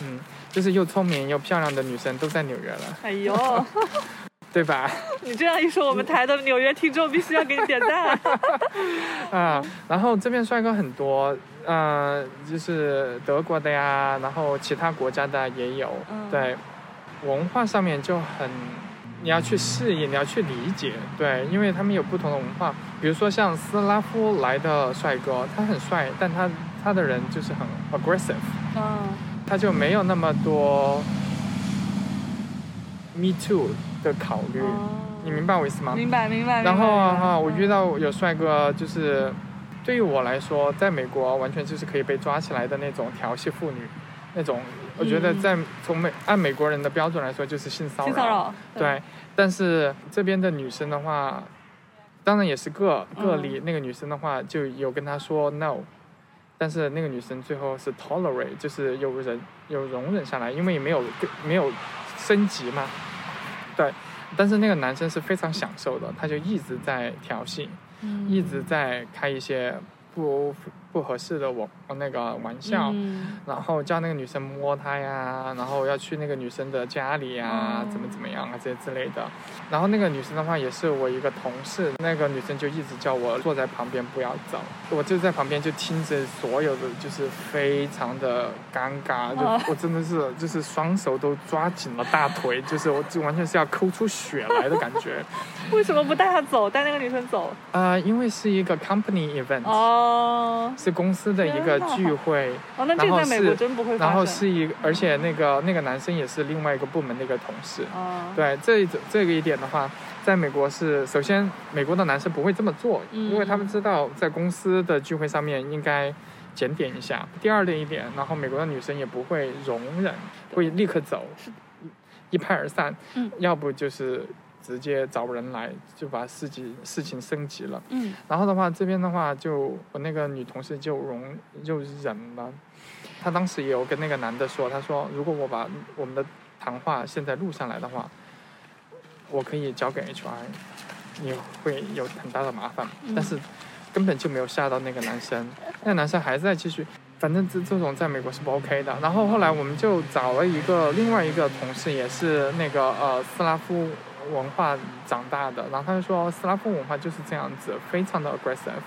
Speaker 8: 嗯，就是又聪明又漂亮的女生都在纽约了，
Speaker 4: 哎呦，
Speaker 8: 对吧？
Speaker 4: 你这样一说，我们台的纽约听众必须要给你点赞。
Speaker 8: 啊，然后这边帅哥很多，呃，就是德国的呀，然后其他国家的也有，
Speaker 4: 嗯
Speaker 8: 对，文化上面就很，你要去适应，你要去理解，对，因为他们有不同的文化，比如说像斯拉夫来的帅哥，他很帅，但他他的人就是很 aggressive，
Speaker 4: 嗯
Speaker 8: 他就没有那么多 me too 的考虑，你明白我意思吗？
Speaker 4: 明白嗯明白。
Speaker 8: 然后啊
Speaker 4: 明白
Speaker 8: 哈，我遇到有帅哥，就是对于我来说，在美国完全就是可以被抓起来的那种调戏妇女，那种，我觉得
Speaker 4: 嗯
Speaker 8: 在从美按美国人的标准来说，就是性骚
Speaker 4: 性骚扰，
Speaker 8: 对，但是这边的女生的话，当然也是个
Speaker 4: 嗯
Speaker 8: 个例。那个女生的话就有跟他说 no，但是那个女生最后是 tolerate，就是有忍有容忍下来，因为没有没有升级嘛。对，但是那个男生是非常享受的，他就一直在调戏，一直在开一些不不合适的我呃那个玩笑。
Speaker 4: 嗯
Speaker 8: 然后叫那个女生摸她呀，然后要去那个女生的家里呀，
Speaker 4: 哦
Speaker 8: 怎么怎么样啊，这些之类的。然后那个女生的话也是我一个同事，那个女生就一直叫我坐在旁边不要走，我就在旁边就听着所有的，就是非常的尴尬，
Speaker 4: 哦
Speaker 8: 就我真的是就是双手都抓紧了大腿，就是我就完全是要抠出血来的感觉。
Speaker 4: 为什么不带他走，带那个女生走？
Speaker 8: 啊，因为是一个 company event，、
Speaker 4: 哦，
Speaker 8: 是公司的一
Speaker 4: 天
Speaker 8: 个
Speaker 4: 哪
Speaker 8: 聚会。
Speaker 4: 哦， 那这
Speaker 8: 然后
Speaker 4: 个在美国
Speaker 8: 是
Speaker 4: 真不会发生。
Speaker 8: 然后是一个，而且那个那个男生也是另外一个部门的一个同事。
Speaker 4: 哦，
Speaker 8: 对这一种这个一点的话，在美国是首先美国的男生不会这么做，
Speaker 4: 嗯
Speaker 8: 因为他们知道在公司的聚会上面应该检点一下。第二点一点，然后美国的女生也不会容忍，会立刻走，一拍而散，
Speaker 4: 嗯
Speaker 8: 要不就是直接找人来就把事情事情升级了。
Speaker 4: 嗯，
Speaker 8: 然后的话，这边的话就我那个女同事就容就忍了，她当时也有跟那个男的说，她说如果我把我们的谈话现在录上来的话，我可以交给 HR，你会有很大的麻烦，但是根本就没有吓到那个男生，那个男生还在继续。反正这这种在美国是不 OK 的。然后后来我们就找了一个另外一个同事，也是那个呃斯拉夫文化长大的，然后他就说斯拉夫文化就是这样子，非常的 aggressive。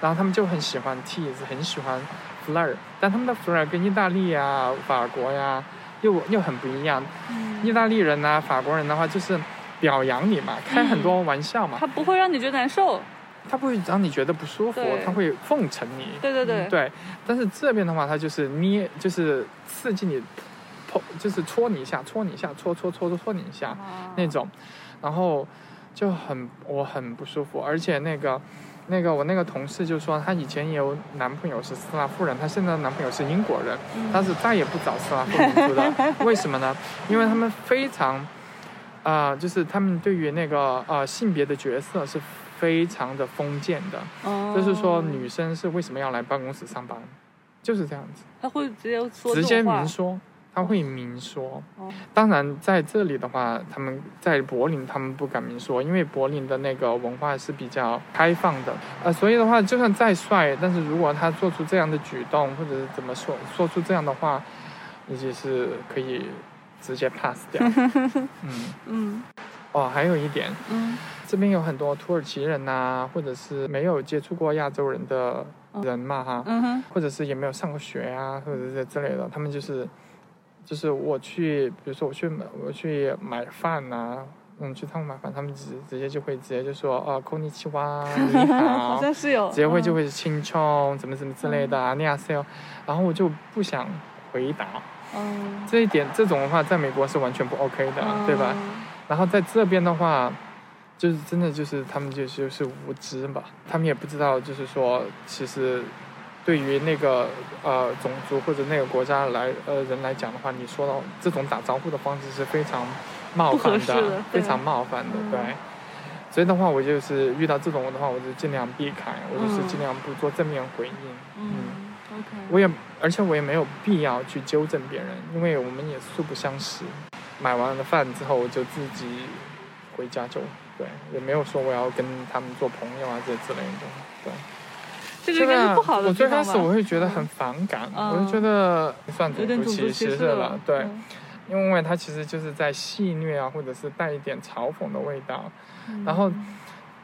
Speaker 8: 然后他们就很喜欢 tease，很喜欢 flirt，但他们的 flirt 跟意大利呀、法国呀、又又很不一样。意大利人呐、法国人的话就是表扬你嘛，开很多玩笑嘛，
Speaker 4: 他不会让你觉得难受。
Speaker 8: 他不会让你觉得不舒服
Speaker 4: 对，
Speaker 8: 他会奉承你。嗯
Speaker 4: 对对对，
Speaker 8: 对，但是这边的话，它就是捏，就是刺激你，碰，就是戳你一下，戳你一下，戳戳戳戳戳你一下
Speaker 4: 啊
Speaker 8: 那种，然后就很我很不舒服，而且那个那个我那个同事就说，她以前也有男朋友是斯拉夫人，她现在的男朋友是英国人，她是再也不找斯拉夫民 族的，为什么呢？因为他们非常啊、就是他们对于那个呃性别的角色是非常的封建的。
Speaker 4: 哦
Speaker 8: 就是说，女生是为什么要来办公室上班，就是这样子，
Speaker 4: 他会直接说
Speaker 8: 直接
Speaker 4: 这种话
Speaker 8: 明说，他会明说。
Speaker 4: 哦
Speaker 8: 当然，在这里的话，他们在柏林，他们不敢明说，因为柏林的那个文化是比较开放的，呃，所以的话，就算再帅，但是如果他做出这样的举动，或者是怎么说说出这样的话，也就是可以直接 pass 掉。嗯，
Speaker 4: 嗯
Speaker 8: 哦，还有一点，
Speaker 4: 嗯
Speaker 8: 这边有很多土耳其人呐、或者是没有接触过亚洲人的人嘛哈，
Speaker 4: 嗯哼
Speaker 8: 或者是也没有上过学啊，或者是之类的，他们就是就是我去，比如说我去买我去买饭呐、嗯，去他们买饭，他们直直接就会直接就说哦，空尼奇哇，你好
Speaker 4: 好，像是有
Speaker 8: 直接会就会清冲，怎么怎么之类的啊，那样 s 然后我就不想回答
Speaker 4: 嗯
Speaker 8: 这一点，这种的话在美国是完全不 OK 的，
Speaker 4: 嗯
Speaker 8: 对吧？然后在这边的话，就是真的就是他们就就是无知吧，他们也不知道，就是说其实对于那个呃种族或者那个国家来呃人来讲的话，你说到这种打招呼的方式是非常冒
Speaker 4: 不
Speaker 8: 犯
Speaker 4: 合适的对嗯
Speaker 8: 非常冒犯的，对。所以的话，我就是遇到这种的话，我就尽量避开，我就是尽量不做正面回应。
Speaker 4: 嗯，OK，
Speaker 8: 我也，而且我也没有必要去纠正别人，因为我们也素不相识。买完了饭之后，我就自己回家就对，也没有说我要跟他们做朋友啊这之类的。对，
Speaker 4: 这个应该是不好的
Speaker 8: 我
Speaker 4: 地
Speaker 8: 最
Speaker 4: 方吧。
Speaker 8: 开始我会觉得很反感，
Speaker 4: 嗯
Speaker 8: 我就觉得算
Speaker 4: 有
Speaker 8: 种
Speaker 4: 点
Speaker 8: 族
Speaker 4: 种族
Speaker 8: 歧
Speaker 4: 歧
Speaker 8: 视
Speaker 4: 视
Speaker 8: 了
Speaker 4: 了，，
Speaker 8: 对。
Speaker 4: 嗯
Speaker 8: 因为他其实就是在戏谑啊，或者是带一点嘲讽的味道。
Speaker 4: 嗯
Speaker 8: 然后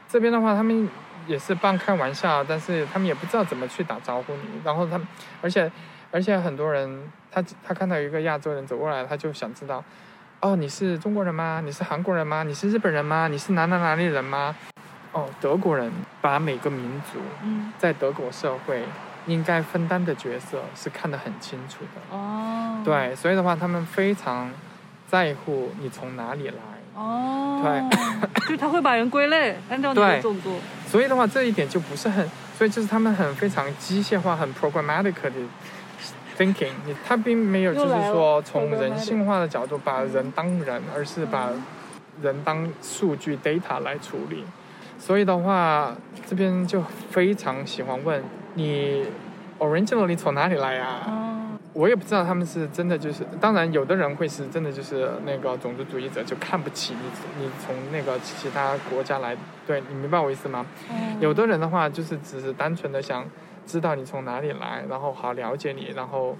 Speaker 8: 这边的话，他们也是半开玩笑，但是他们也不知道怎么去打招呼你。然后他们，而且而且很多人，他他看到一个亚洲人走过来，他就想知道，哦，你是中国人吗？你是韩国人吗？你是日本人吗？你是哪哪哪里人吗？哦，德国人把每个民族
Speaker 4: 嗯
Speaker 8: 在德国社会应该分担的角色是看得很清楚的。
Speaker 4: 哦，
Speaker 8: 对，所以的话，他们非常在乎你从哪里来，
Speaker 4: 哦，对，就是他会把人归类，按照你的
Speaker 8: 对
Speaker 4: 种族，
Speaker 8: 所以的话，这一点就不是很，所以就是他们很非常机械化、很 programmatic 的 thinking，你他并没有就是
Speaker 4: 又来了
Speaker 8: 说从
Speaker 4: programmatic
Speaker 8: 人性化的角度把人当人，而是把人当数据 data 来处理。所以的话，这边就非常喜欢问你 originally 从哪里来呀、
Speaker 4: 嗯，
Speaker 8: 我也不知道他们是真的就是，当然有的人会是真的就是那个种族主义者，就看不起你，你从那个其他国家来，对你明白我意思吗？有的人的话就是只是单纯的想知道你从哪里来，然后好了解你，然后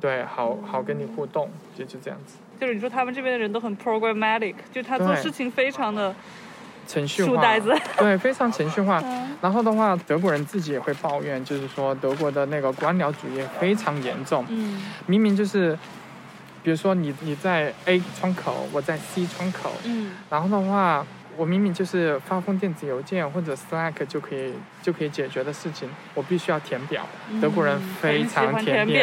Speaker 8: 对好好跟你互动，就就这样子，
Speaker 4: 就是你说他们这边的人都很 programmatic，就是他做
Speaker 8: 对
Speaker 4: 事情非常的
Speaker 8: 程序
Speaker 4: 书
Speaker 8: 化。
Speaker 4: 呆子。
Speaker 8: 对，非常程序化
Speaker 4: 嗯。
Speaker 8: 然后的话，德国人自己也会抱怨，就是说德国的那个官僚主义非常严重。
Speaker 4: 嗯
Speaker 8: 明明就是，比如说你你在 A 窗口，我在 C 窗口，
Speaker 4: 嗯
Speaker 8: 然后的话，我明明就是发封电子邮件或者 Slack 就可以就可以解决的事情，我必须要填表。德国人非
Speaker 4: 喜
Speaker 8: 常
Speaker 4: 欢嗯填
Speaker 8: 表。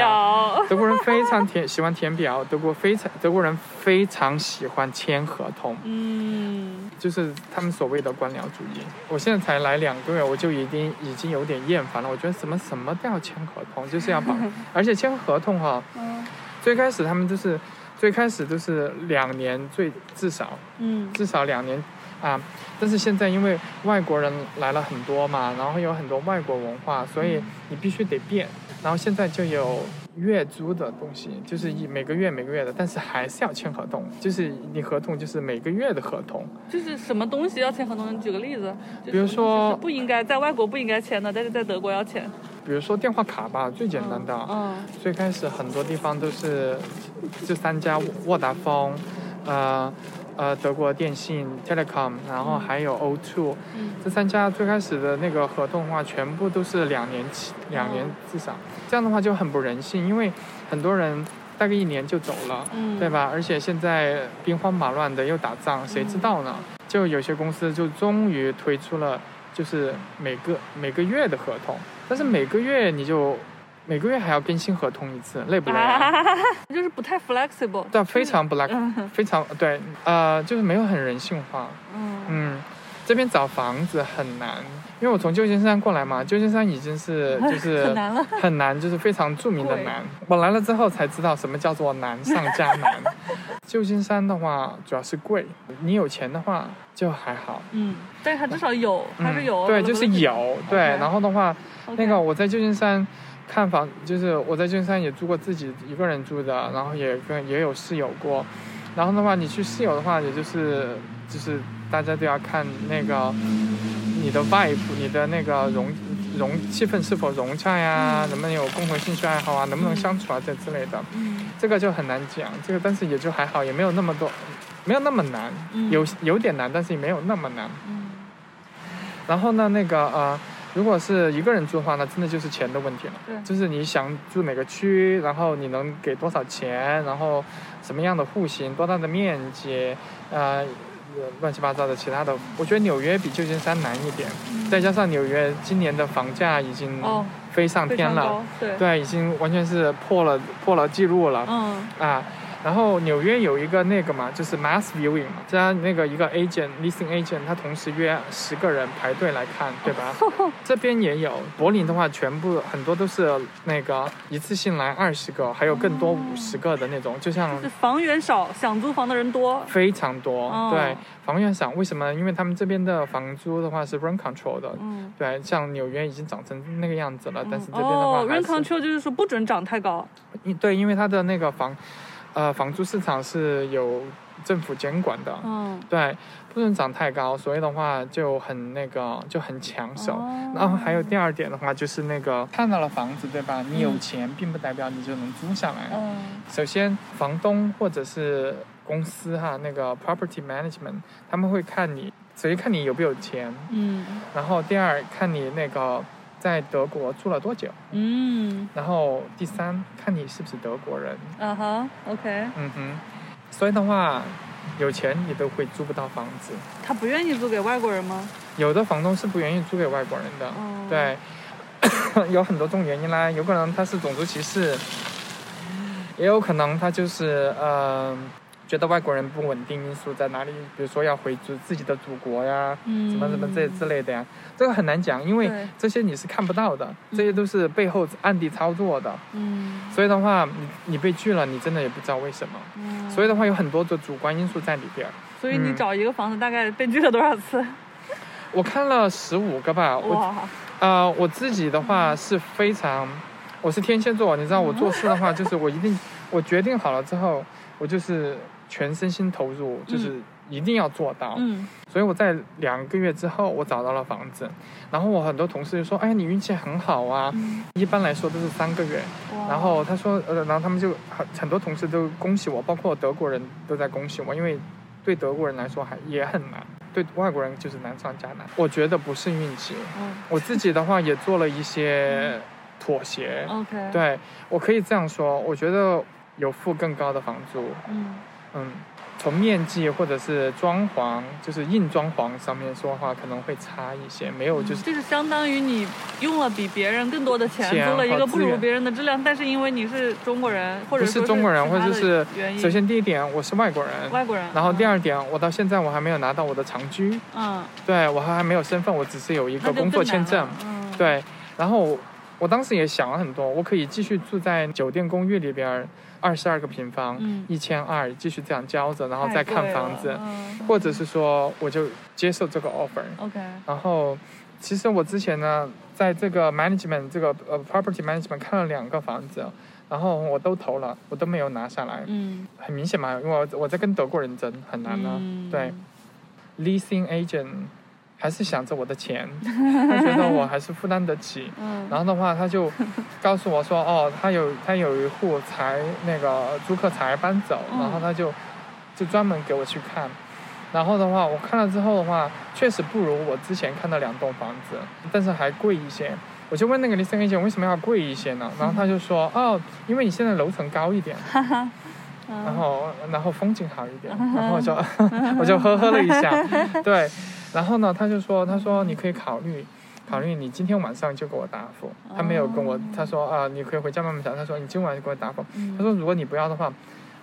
Speaker 4: 表，
Speaker 8: 德国人非常填喜欢填表，德国非常德国人非常喜欢签合同，
Speaker 4: 嗯，
Speaker 8: 就是他们所谓的官僚主义。我现在才来两个月，我就已经已经有点厌烦了。我觉得什么什么都要签合同，就是 要把，而且签合同哈、
Speaker 4: 嗯
Speaker 8: 最开始他们就是最开始就是两年最至少
Speaker 4: 嗯
Speaker 8: 至少两年啊，但是现在因为外国人来了很多嘛，然后有很多外国文化，所
Speaker 4: 嗯
Speaker 8: 以你必须得变。然后现在就有月租的东西，就是一每个月每个月的，但是还是要签合同，就是你合同就是每个月的合同。
Speaker 4: 就是什么东西要签合同？你举个例子，就
Speaker 8: 比如
Speaker 4: 什么东西
Speaker 8: 说
Speaker 4: 是不应该在外国不应该签的，但是在德国要签。
Speaker 8: 比如说电话卡吧，最简单的，
Speaker 4: 嗯
Speaker 8: 最开始很多地方都是这三家沃达丰，呃呃德国电信 Telecom，然后还有 O2，、
Speaker 4: 嗯
Speaker 8: 这三家最开始的那个合同的话，全部都是两年起，两年
Speaker 4: 嗯
Speaker 8: 至少，这样的话就很不人性，因为很多人大概一年就走了。
Speaker 4: 嗯，
Speaker 8: 对？吧？而且现在兵荒马乱的，又打仗，谁知道
Speaker 4: 嗯
Speaker 8: 呢？就有些公司就终于推出了，就是每个每个月的合同，但是每个月你就每个月还要更新合同一次，累不累啊？
Speaker 4: 啊， 就是不太 flexible。
Speaker 8: 但非常不 like，
Speaker 4: 嗯
Speaker 8: 非常对，呃，就是没有很人性化。
Speaker 4: 嗯
Speaker 8: 嗯，这边找房子很难，因为我从旧金山过来嘛，旧金山已 经是就是
Speaker 4: 很难了。
Speaker 8: 很难，就是非常著名的
Speaker 4: 贵
Speaker 8: 难。我来了之后才知道什么叫做难上加难。 旧金山的话，主要是贵，你有钱的话就还好。
Speaker 4: 嗯，但是他至少有，还是有。
Speaker 8: 嗯、对，就是有对。
Speaker 4: OK
Speaker 8: 然后的话，
Speaker 4: OK
Speaker 8: 那个我在旧金山看房，就是我在旧金山也住过自己一个人住的，然后也跟也有室友过。然后的话，你去室友的话，也就是就是大家都要看那个你的 vibe，你的那个融融气氛是否融洽呀，能不能有共同兴趣爱好啊，能不能相处啊这之类的。
Speaker 4: 嗯
Speaker 8: 这个就很难讲，这个但是也就还好，也没有那么多，没有那么难，
Speaker 4: 嗯
Speaker 8: 有有点难，但是也没有那么难。
Speaker 4: 嗯，
Speaker 8: 然后呢，那个呃，如果是一个人住的话呢，真的就是钱的问题了。
Speaker 4: 对
Speaker 8: 就是你想住哪个区，然后你能给多少钱，然后什么样的户型，多大的面积，呃，乱七八糟的其他的。我觉得纽约比旧金山难一点，再加上纽约今年的房价已经
Speaker 4: 嗯哦，
Speaker 8: 飞上
Speaker 4: 非
Speaker 8: 天
Speaker 4: 常
Speaker 8: 了，
Speaker 4: 高，对，
Speaker 8: 对，已经完全是破了破了记录了。
Speaker 4: 嗯
Speaker 8: 啊。然后纽约有一个那个嘛，就是 mass viewing 嘛，加那个一个 agent leasing agent，他同时约十个人排队来看，对吧？这边也有，柏林的话，全部很多都是那个一次性来二十个，还有更多五十个的那种，就像
Speaker 4: 就是房源少，想租房的人多。
Speaker 8: 非常多。
Speaker 4: 哦
Speaker 8: 对，房源少，为什么呢？因为他们这边的房租的话是 rent control 的。
Speaker 4: 嗯，
Speaker 8: 对，像纽约已经涨成那个样子了，但是这边的话
Speaker 4: 哦
Speaker 8: 还
Speaker 4: ，rent
Speaker 8: 是、
Speaker 4: control 就是说不准涨太高。
Speaker 8: 因对，因为它的那个房，呃，房租市场是有政府监管的，
Speaker 1: 哦
Speaker 4: 嗯，
Speaker 8: 对，不能长太高，所以的话就很那个就很抢手。
Speaker 4: 哦
Speaker 8: 然后还有第二点的话，就是那个看到了房子，对吧？你有钱，并不代表你就能租下来。
Speaker 1: 哦
Speaker 4: 嗯
Speaker 8: 首先，房东或者是公司哈，那个 property management，他们会看你，首先看你有没有钱，
Speaker 4: 嗯
Speaker 8: 然后第二看你那个在德国住了多久，
Speaker 4: 嗯，
Speaker 8: 然后第三看你是不是德国人。
Speaker 4: 啊哈，OK，
Speaker 8: 嗯哼，所以的话，有钱你都会租不到房子。
Speaker 4: 他不愿意租给外国人吗？
Speaker 8: 有的房东是不愿意租给外国人的，
Speaker 4: 哦
Speaker 8: 对， 有很多种原因啦，有可能他是种族歧视，也有可能他就是嗯、呃觉得外国人不稳定因素在哪里？比如说要回自自己的祖国呀，什么什么这之类的呀，这个很难讲，因为
Speaker 4: 对
Speaker 8: 这些你是看不到的，这些都是背后暗地操作的。
Speaker 4: 嗯，
Speaker 8: 所以的话，你你被拒了，你真的也不知道为什么。所以的话，有很多的主观因素在里边儿。
Speaker 4: 嗯所以你
Speaker 8: 嗯
Speaker 4: 找一个房子大概被拒了多少次？
Speaker 8: 我看了十五个吧，我
Speaker 4: 哇，
Speaker 8: 啊、我自己的话是非常，我是天蝎座，你知道我做事的话就是我一定，我决定好了之后，我就是全身心投入，就是一定要做到。
Speaker 4: 嗯，
Speaker 8: 所以我在两个月之后，我找到了房子，然后我很多同事就说：“哎，你运气很好啊。一般来说都是三个月。
Speaker 4: 嗯哇
Speaker 8: 然后他说，呃，然后他们就很很多同事都恭喜我，包括德国人都在恭喜我，因为对德国人来说还也很难，对外国人就是难上加难。我觉得不是运气，
Speaker 4: 嗯
Speaker 8: 我自己的话也做了一些妥协。
Speaker 4: ，OK，，
Speaker 8: 对我可以这样说，我觉得有付更高的房租，
Speaker 4: 嗯
Speaker 8: 嗯，从面积或者是装潢，就是硬装潢上面说的话，可能会差一些，没有就是
Speaker 4: 就是相当于你用了比别人更多的钱，
Speaker 8: 钱
Speaker 4: 租了一个
Speaker 8: 和
Speaker 4: 不
Speaker 8: 资
Speaker 4: 如
Speaker 8: 源
Speaker 4: 别人的质量，但是因为你是中国人，或者
Speaker 8: 不
Speaker 4: 说
Speaker 8: 是中国人，
Speaker 4: 其
Speaker 8: 或
Speaker 4: 他
Speaker 8: 者
Speaker 4: 的
Speaker 8: 是
Speaker 4: 原因，
Speaker 8: 首先第一点，我是外国人。
Speaker 4: 外国人。
Speaker 8: 然后第
Speaker 4: 嗯，
Speaker 8: 二点，我到现在我还没有拿到我的长居，
Speaker 4: 嗯，
Speaker 8: 对我还还没有身份，我只是有一
Speaker 4: 那
Speaker 8: 个
Speaker 4: 就
Speaker 8: 工作
Speaker 4: 更难
Speaker 8: 签证
Speaker 4: 了，，嗯，
Speaker 8: 对。然后我我当时也想了很多，我可以继续住在酒店公寓里边，二十二个平方
Speaker 4: 嗯，
Speaker 8: 一千二，继续这样交着，然后
Speaker 4: 太
Speaker 8: 再
Speaker 4: 贵
Speaker 8: 看
Speaker 4: 了
Speaker 8: 房子，
Speaker 4: 嗯
Speaker 8: 或者是说我就接受这个 offer，
Speaker 4: OK，
Speaker 8: 然后，其实我之前呢，在这个 management 这个呃 property management 看了两个房子，然后我都投了，我都没有拿下来。
Speaker 4: 嗯，
Speaker 8: 很明显嘛，因为我我在跟德国人争，很难呢、
Speaker 4: 嗯
Speaker 8: 对，leasing agent 还是想着我的钱， 他觉得我还是负担得起。
Speaker 4: 嗯
Speaker 8: 然后的话，他就告诉我说，哦，他有他有一户才那个租客才搬走，
Speaker 4: 嗯
Speaker 8: 然后他就就专门给我去看。然后的话，我看了之后的话，确实不如我之前看的两栋房子，但是还贵一些。我就问那个 leasing agent 为什么要贵一些呢？然后他就说，哦，因为你现在楼层高一点，然后然后风景好一点，然后我就 我就呵呵了一下，对，然后呢，他就说，他说你可以考虑。考虑你今天晚上就给我答复，他没有跟我，他说啊，你可以回家慢慢想。他说你今晚就给我答复，他说如果你不要的话，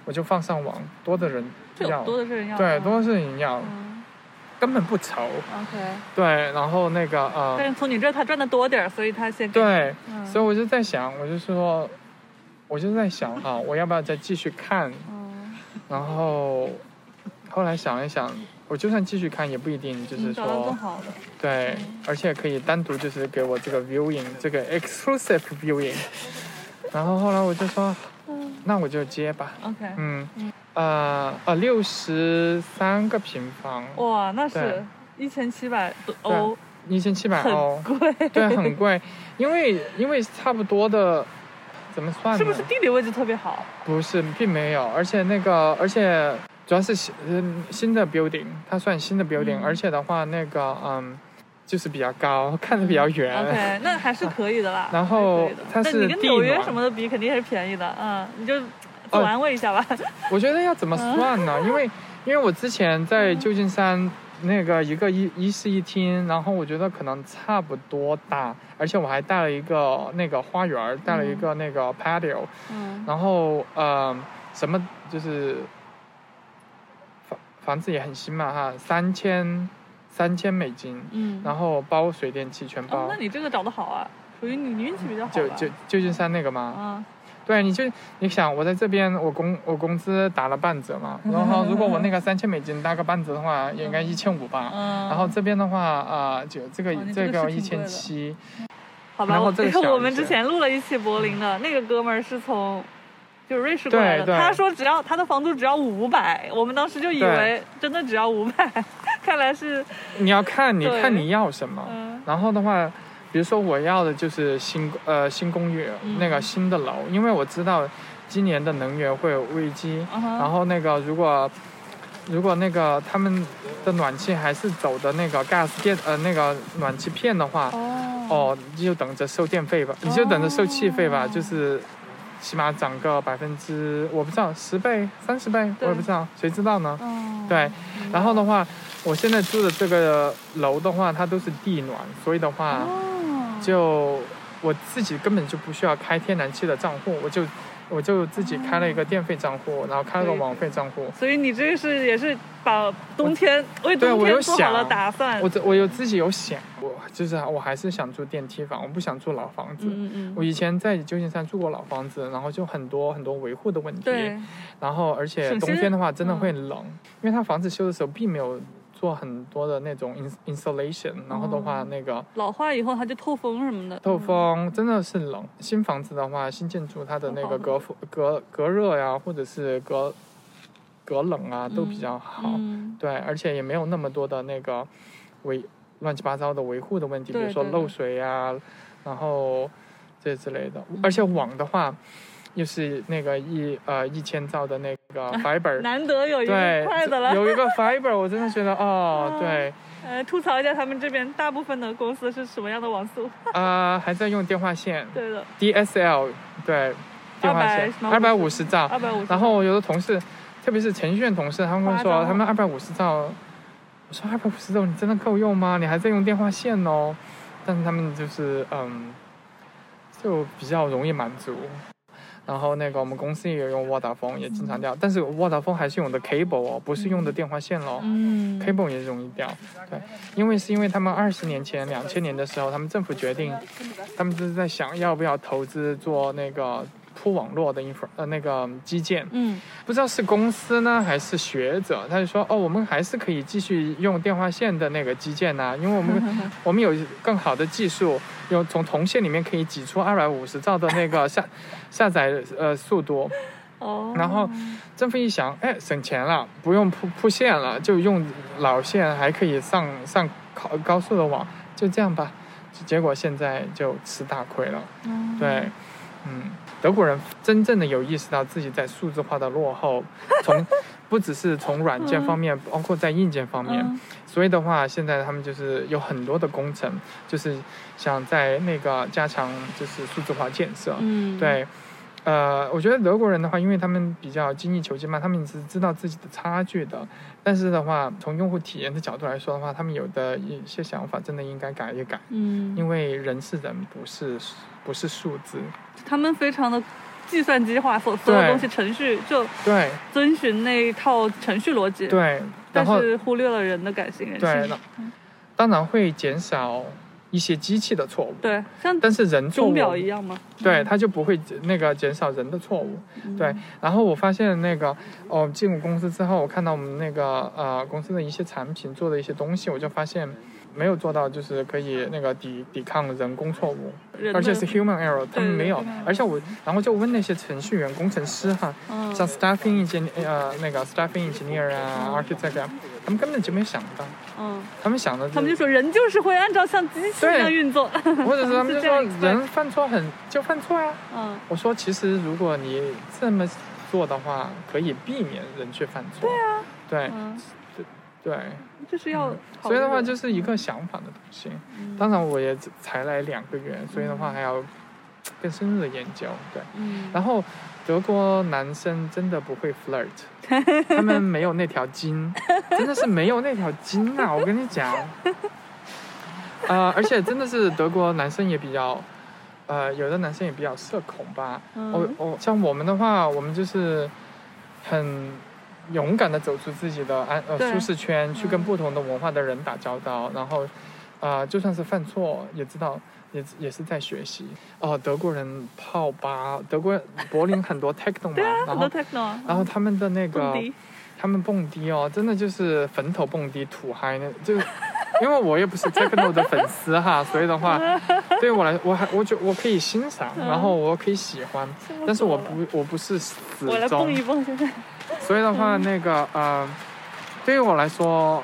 Speaker 8: 我就放上网，多的人
Speaker 4: 这
Speaker 8: 要
Speaker 4: 有，多的是人要
Speaker 8: 对，
Speaker 4: 嗯
Speaker 8: 多的是人要，
Speaker 4: 嗯哦
Speaker 8: 根本不愁。
Speaker 4: ，OK，
Speaker 8: 对，然后那个
Speaker 4: 但
Speaker 8: 呃，
Speaker 4: 是从你这儿他赚的多点儿，所以他先给
Speaker 8: 对，
Speaker 4: 你，嗯
Speaker 8: 所以我就在想，我就说，我就在想哈，我要不要再继续看？
Speaker 4: 嗯
Speaker 8: 然后后来想一想，我就算继续看也不一定，就是
Speaker 4: 你嗯找到更
Speaker 8: 说
Speaker 4: 好的，嗯
Speaker 8: 对，而且可以单独就是给我这个 viewing 这个 exclusive viewing。然后后来我就说，那我就接吧，
Speaker 4: 嗯 OK，
Speaker 8: 嗯，呃呃，六十三个平方，
Speaker 4: 哇，那是
Speaker 8: 对
Speaker 4: 一千七百多欧，
Speaker 8: 一千七百欧，
Speaker 4: 哦贵，
Speaker 8: 对，很贵，因为因为差不多的，怎么算呢？
Speaker 4: 是不是地理位置特别好？
Speaker 8: 不是，并没有，而且那个，而且主要是新嗯新的 building，它算新的 building，、而
Speaker 4: 嗯
Speaker 8: 且的话，那个嗯，就是比较高，看着比较远。
Speaker 4: 嗯 OK，那还是可以的啦。
Speaker 8: 呃 然
Speaker 4: 还
Speaker 8: 后
Speaker 4: 可以的
Speaker 8: 它是
Speaker 4: 那你跟
Speaker 8: 地
Speaker 4: 纽约
Speaker 8: 暖哦
Speaker 4: 什么的比，肯定也是便宜的。嗯，你就自我安慰一下吧。
Speaker 8: 我觉得要怎么算呢？因为因为我之前在
Speaker 4: 嗯
Speaker 8: 旧金山那个一个一一室一厅，然后我觉得可能差不多大，而且我还带了一个那个花园，带了一个那个 patio，、
Speaker 4: 嗯
Speaker 8: 然后呃，什么就是房房子也很新嘛哈，三千三千美金，
Speaker 4: 嗯
Speaker 8: 然后包水电气全
Speaker 4: 哦
Speaker 8: 包，
Speaker 4: 那，你这个找的好啊，属于你你运气比较好吧。
Speaker 8: 就就旧金山那个嘛，
Speaker 4: 嗯
Speaker 8: 对，你就你想我在这边我工我工资打了半折嘛，
Speaker 4: 嗯
Speaker 8: 然后如果我那个三千美金打个半折的话，也应该一千五吧。
Speaker 4: 嗯。
Speaker 8: 然后这边的话啊、就这个、
Speaker 4: 哦你这
Speaker 8: 这
Speaker 4: 个
Speaker 8: 个
Speaker 4: 是
Speaker 8: 一
Speaker 4: 挺贵
Speaker 8: 千
Speaker 4: 的
Speaker 8: 七，
Speaker 4: 好吧，
Speaker 8: 然后
Speaker 4: 我
Speaker 8: 这个小一些
Speaker 4: 我们之前录了一期柏林的，那个哥们儿是从。就是瑞士过
Speaker 8: 对
Speaker 4: 来的，
Speaker 8: 对
Speaker 4: 他说只要他的房租只要五百，我们当时就以
Speaker 8: 对
Speaker 4: 为真的只要五百， 看来是
Speaker 8: 你要看你
Speaker 4: 对
Speaker 8: 看你要什么。
Speaker 4: 嗯
Speaker 8: 然后的话，比如说我要的就是新呃新公寓、那个新的楼，因为我知道今年的能源会有危机，
Speaker 4: 嗯哼
Speaker 8: 然后那个如果如果那个他们的暖气还是走的那个 gas 电呃那个暖气片的话，
Speaker 4: 哦
Speaker 8: 哦，你就等着收电费吧，你就等着收气费吧，就是起码涨个百分之，我不知道十倍、三十倍，我也不知道，谁知道呢？
Speaker 4: 哦
Speaker 8: 对，然后的话，我现在住的这个楼的话，它都是地暖，所以的
Speaker 4: 哦
Speaker 8: 话，就我自己根本就不需要开天然气的账户，我就我就自己开了一个电费账户，然后开了个
Speaker 4: 对
Speaker 8: 网费账户。
Speaker 4: 所以你这是也是把冬天为
Speaker 8: 对
Speaker 4: 冬
Speaker 8: 我
Speaker 4: 天
Speaker 8: 有
Speaker 4: 做好了
Speaker 8: 想
Speaker 4: 打算。
Speaker 8: 我自我有自己有想，我就是我还是想住电梯房，我不想住老房子。
Speaker 4: 嗯嗯嗯，
Speaker 8: 我以前在旧金山住过老房子，然后就很多很多维护的问题。
Speaker 4: 对，
Speaker 8: 然后而且
Speaker 4: 省
Speaker 8: 冬
Speaker 4: 心
Speaker 8: 天的话真的会
Speaker 4: 嗯
Speaker 8: 冷，因为它房子修的时候并没有做很多的那种 ins insulation，然后的话
Speaker 4: 哦
Speaker 8: 那个
Speaker 4: 老化以后它就透风什么的。
Speaker 8: 透
Speaker 4: 嗯
Speaker 8: 风真的是冷。新房子的话，新建筑它的那个隔风隔隔热呀、或者是隔隔冷啊，都比较好。
Speaker 4: 嗯，
Speaker 8: 对，而且也没有那么多的那个维乱七八糟的维护的问题，比
Speaker 4: 对
Speaker 8: 如说
Speaker 4: 对
Speaker 8: 漏
Speaker 4: 对
Speaker 8: 水呀、然后这之类的。
Speaker 4: 嗯
Speaker 8: 而且网的话，又是那个一呃一千兆的那 个 fiber，、
Speaker 4: 难得有一
Speaker 8: 对
Speaker 4: 个，快的了。
Speaker 8: 有一个 fiber，我真的觉得 哦，对
Speaker 4: 呃，吐槽一下他们这边大部分的公司是什么样的网速？
Speaker 8: 啊、还在用电话线
Speaker 4: 对的，
Speaker 8: DSL，对，电话线二百五
Speaker 4: 250
Speaker 8: 十兆
Speaker 4: 二，百五十。
Speaker 8: 然后有的同事，特别是程序员同事，他们跟我
Speaker 4: 夸
Speaker 8: 说
Speaker 4: 张
Speaker 8: 他们二百五十兆，我说二百五十兆你真的够用吗？你还在用电话线哦？但是他们就是嗯，就比较容易满足。然后那个我们公司也有用沃达丰，也经常
Speaker 4: 嗯
Speaker 8: 掉，但是沃达丰还是用的 cable 哦，不是用的电话线喽。
Speaker 4: 嗯
Speaker 8: cable 也容易掉，对，因为是因为他们二十年前两千年的时候，他们政府决定，他们就是在想要不要投资做那个铺网络的 infra 呃那个基建，
Speaker 4: 嗯，
Speaker 8: 不知道是公司呢还是学者，他就说哦，我们还是可以继续用电话线的那个基 建呐、因为我们我们有更好的技术，有从铜线里面可以挤出二百五十兆的那个下下载呃速度。
Speaker 4: 哦，
Speaker 8: 然后政府一想，哎，省钱了，不用铺铺线了，就用老线还可以上上高高速的网，就这样吧。结果现在就吃大亏了。对，嗯，德国人真正的有意识到自己在数字化的落后，从不只是从软件方面，包括在硬件方面。所以的话，现在他们就是有很多的工程，就是想在那个加强就是数字化建设。
Speaker 4: 嗯，
Speaker 8: 对，呃，我觉得德国人的话，因为他们比较精益求精嘛，他们是知道自己的差距的。但是的话，从用户体验的角度来说的话，他们有的一些想法真的应该改一改，
Speaker 4: 嗯，
Speaker 8: 因为人是人，不是不是数字。
Speaker 4: 他们非常的计算机化，所所有
Speaker 8: 对
Speaker 4: 东西程序就
Speaker 8: 对
Speaker 4: 遵循那一套程序逻辑，
Speaker 8: 对，然
Speaker 4: 但
Speaker 8: 后
Speaker 4: 是忽略了人的感性人
Speaker 8: 对
Speaker 4: 性。，
Speaker 8: 当然会减少一些机器的错误。
Speaker 4: 对，像
Speaker 8: 但是人错误
Speaker 4: 钟表一样吗？
Speaker 8: 对，它就不会那个减少人的错误。
Speaker 4: 嗯
Speaker 8: 对，然后我发现那个，哦，进入公司之后，我看到我们那个呃公司的一些产品做的一些东西，我就发现没有做到，就是可以那个抵抵抗人工错误，
Speaker 4: 人的
Speaker 8: 而且是 human error，他们
Speaker 4: 对
Speaker 8: 没有
Speaker 4: 对对。
Speaker 8: 而且我，然后就问那些程序员、工程师哈，
Speaker 4: 嗯
Speaker 8: 像 staffing engineer 呃那个 staffing engineer 啊、architect 啊，他们根本就没有想到，
Speaker 4: 嗯，
Speaker 8: 他们想的是
Speaker 4: 他们就说人就是会按照像机器一样
Speaker 8: 对
Speaker 4: 运作。
Speaker 8: 或者是他们就
Speaker 4: 是这
Speaker 8: 说
Speaker 4: 样子
Speaker 8: 人犯错很就犯错啊。
Speaker 4: 嗯，
Speaker 8: 我说，其实如果你这么做的话，可以避免人去犯错。对啊，对、
Speaker 4: 嗯，
Speaker 8: 对，
Speaker 4: 就是要考
Speaker 8: 嗯所
Speaker 4: 虑
Speaker 8: 以的话就是一个想法的东西。
Speaker 4: 嗯
Speaker 8: 当然，我也只才来两个月，所以的话还要更深入的研究。对，
Speaker 4: 嗯
Speaker 8: 然后德国男生真的不会 flirt，他们没有那条筋， 真的是没有那条筋啊！我跟你讲，呃，而且真的是德国男生也比较，呃，有的男生也比较社恐吧。我
Speaker 4: 嗯
Speaker 8: 我像我们的话，我们就是很勇敢的走出自己的安呃
Speaker 4: 对嗯
Speaker 8: 舒适圈，去跟不同的文化的人打交道，然后，啊，就算是犯错，也知道也也是在学习。哦、德国人泡吧，德国柏林很多 techno 嘛，
Speaker 4: 对啊，
Speaker 8: 然
Speaker 4: 很多
Speaker 8: 后
Speaker 4: techno 啊
Speaker 8: 然后他们的那
Speaker 4: 蹦
Speaker 8: 个
Speaker 4: 迪，
Speaker 8: 他们蹦迪哦，真的就是坟头蹦迪土嗨那就。 因为我也不是 techno 的粉丝哈，所以的话， 对于我来，我还我觉我可以欣赏，然后我可以喜欢，
Speaker 4: 嗯么
Speaker 8: 但是我
Speaker 4: 多了
Speaker 8: 不我不是死
Speaker 4: 我来蹦
Speaker 8: 忠
Speaker 4: 一，蹦，现在嗯
Speaker 8: 所以的话，那个呃，对于我来说，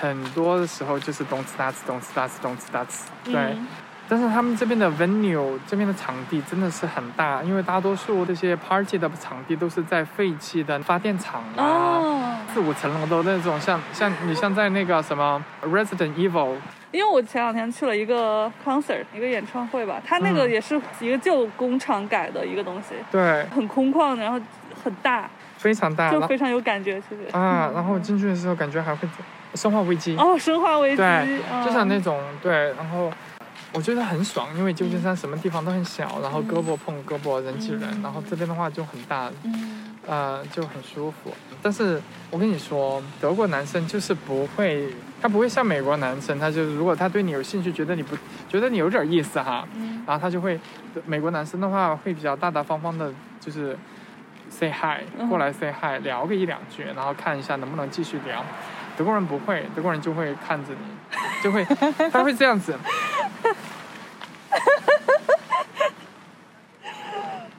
Speaker 8: 很多的时候就是咚哧哒哧咚哧哒哧咚哧哒哧，对。
Speaker 4: 嗯
Speaker 8: 但是他们这边的 venue 这边的场地真的是很大，因为大多数这些 party 的场地都是在废弃的发电厂啊，
Speaker 4: 哦，
Speaker 8: 四五层楼的那种，像像你像在那个什么 Resident Evil，
Speaker 4: 因为我前两天去了一个 concert，一个演唱会吧，它那个
Speaker 8: 嗯
Speaker 4: 也是一个旧工厂改的一个东西，
Speaker 8: 对，
Speaker 4: 很空旷，然后很大，
Speaker 8: 非常大，
Speaker 4: 就
Speaker 8: 然后
Speaker 4: 非常有感觉，其实。
Speaker 8: 啊，然后进去的时候感觉还会生化危机，
Speaker 4: 哦，生化危机，
Speaker 8: 对，
Speaker 4: 嗯
Speaker 8: 就像那种对，然后我觉得很爽，因为旧金山什么地方都很小，然后胳膊碰胳膊，人挤人，
Speaker 4: 嗯
Speaker 8: 然后这边的话就很大，呃，就很舒服。但是我跟你说，德国男生就是不会，他不会像美国男生，他就是如果他对你有兴趣，觉得你不觉得你有点意思哈，
Speaker 4: 嗯
Speaker 8: 然后他就会，美国男生的话会比较大大方方的，就是。say hi
Speaker 4: 嗯
Speaker 8: 过来 say hi 聊个一两句，然后看一下能不能继续聊。德国人不会，德国人就会看着你，就会他会这 样子，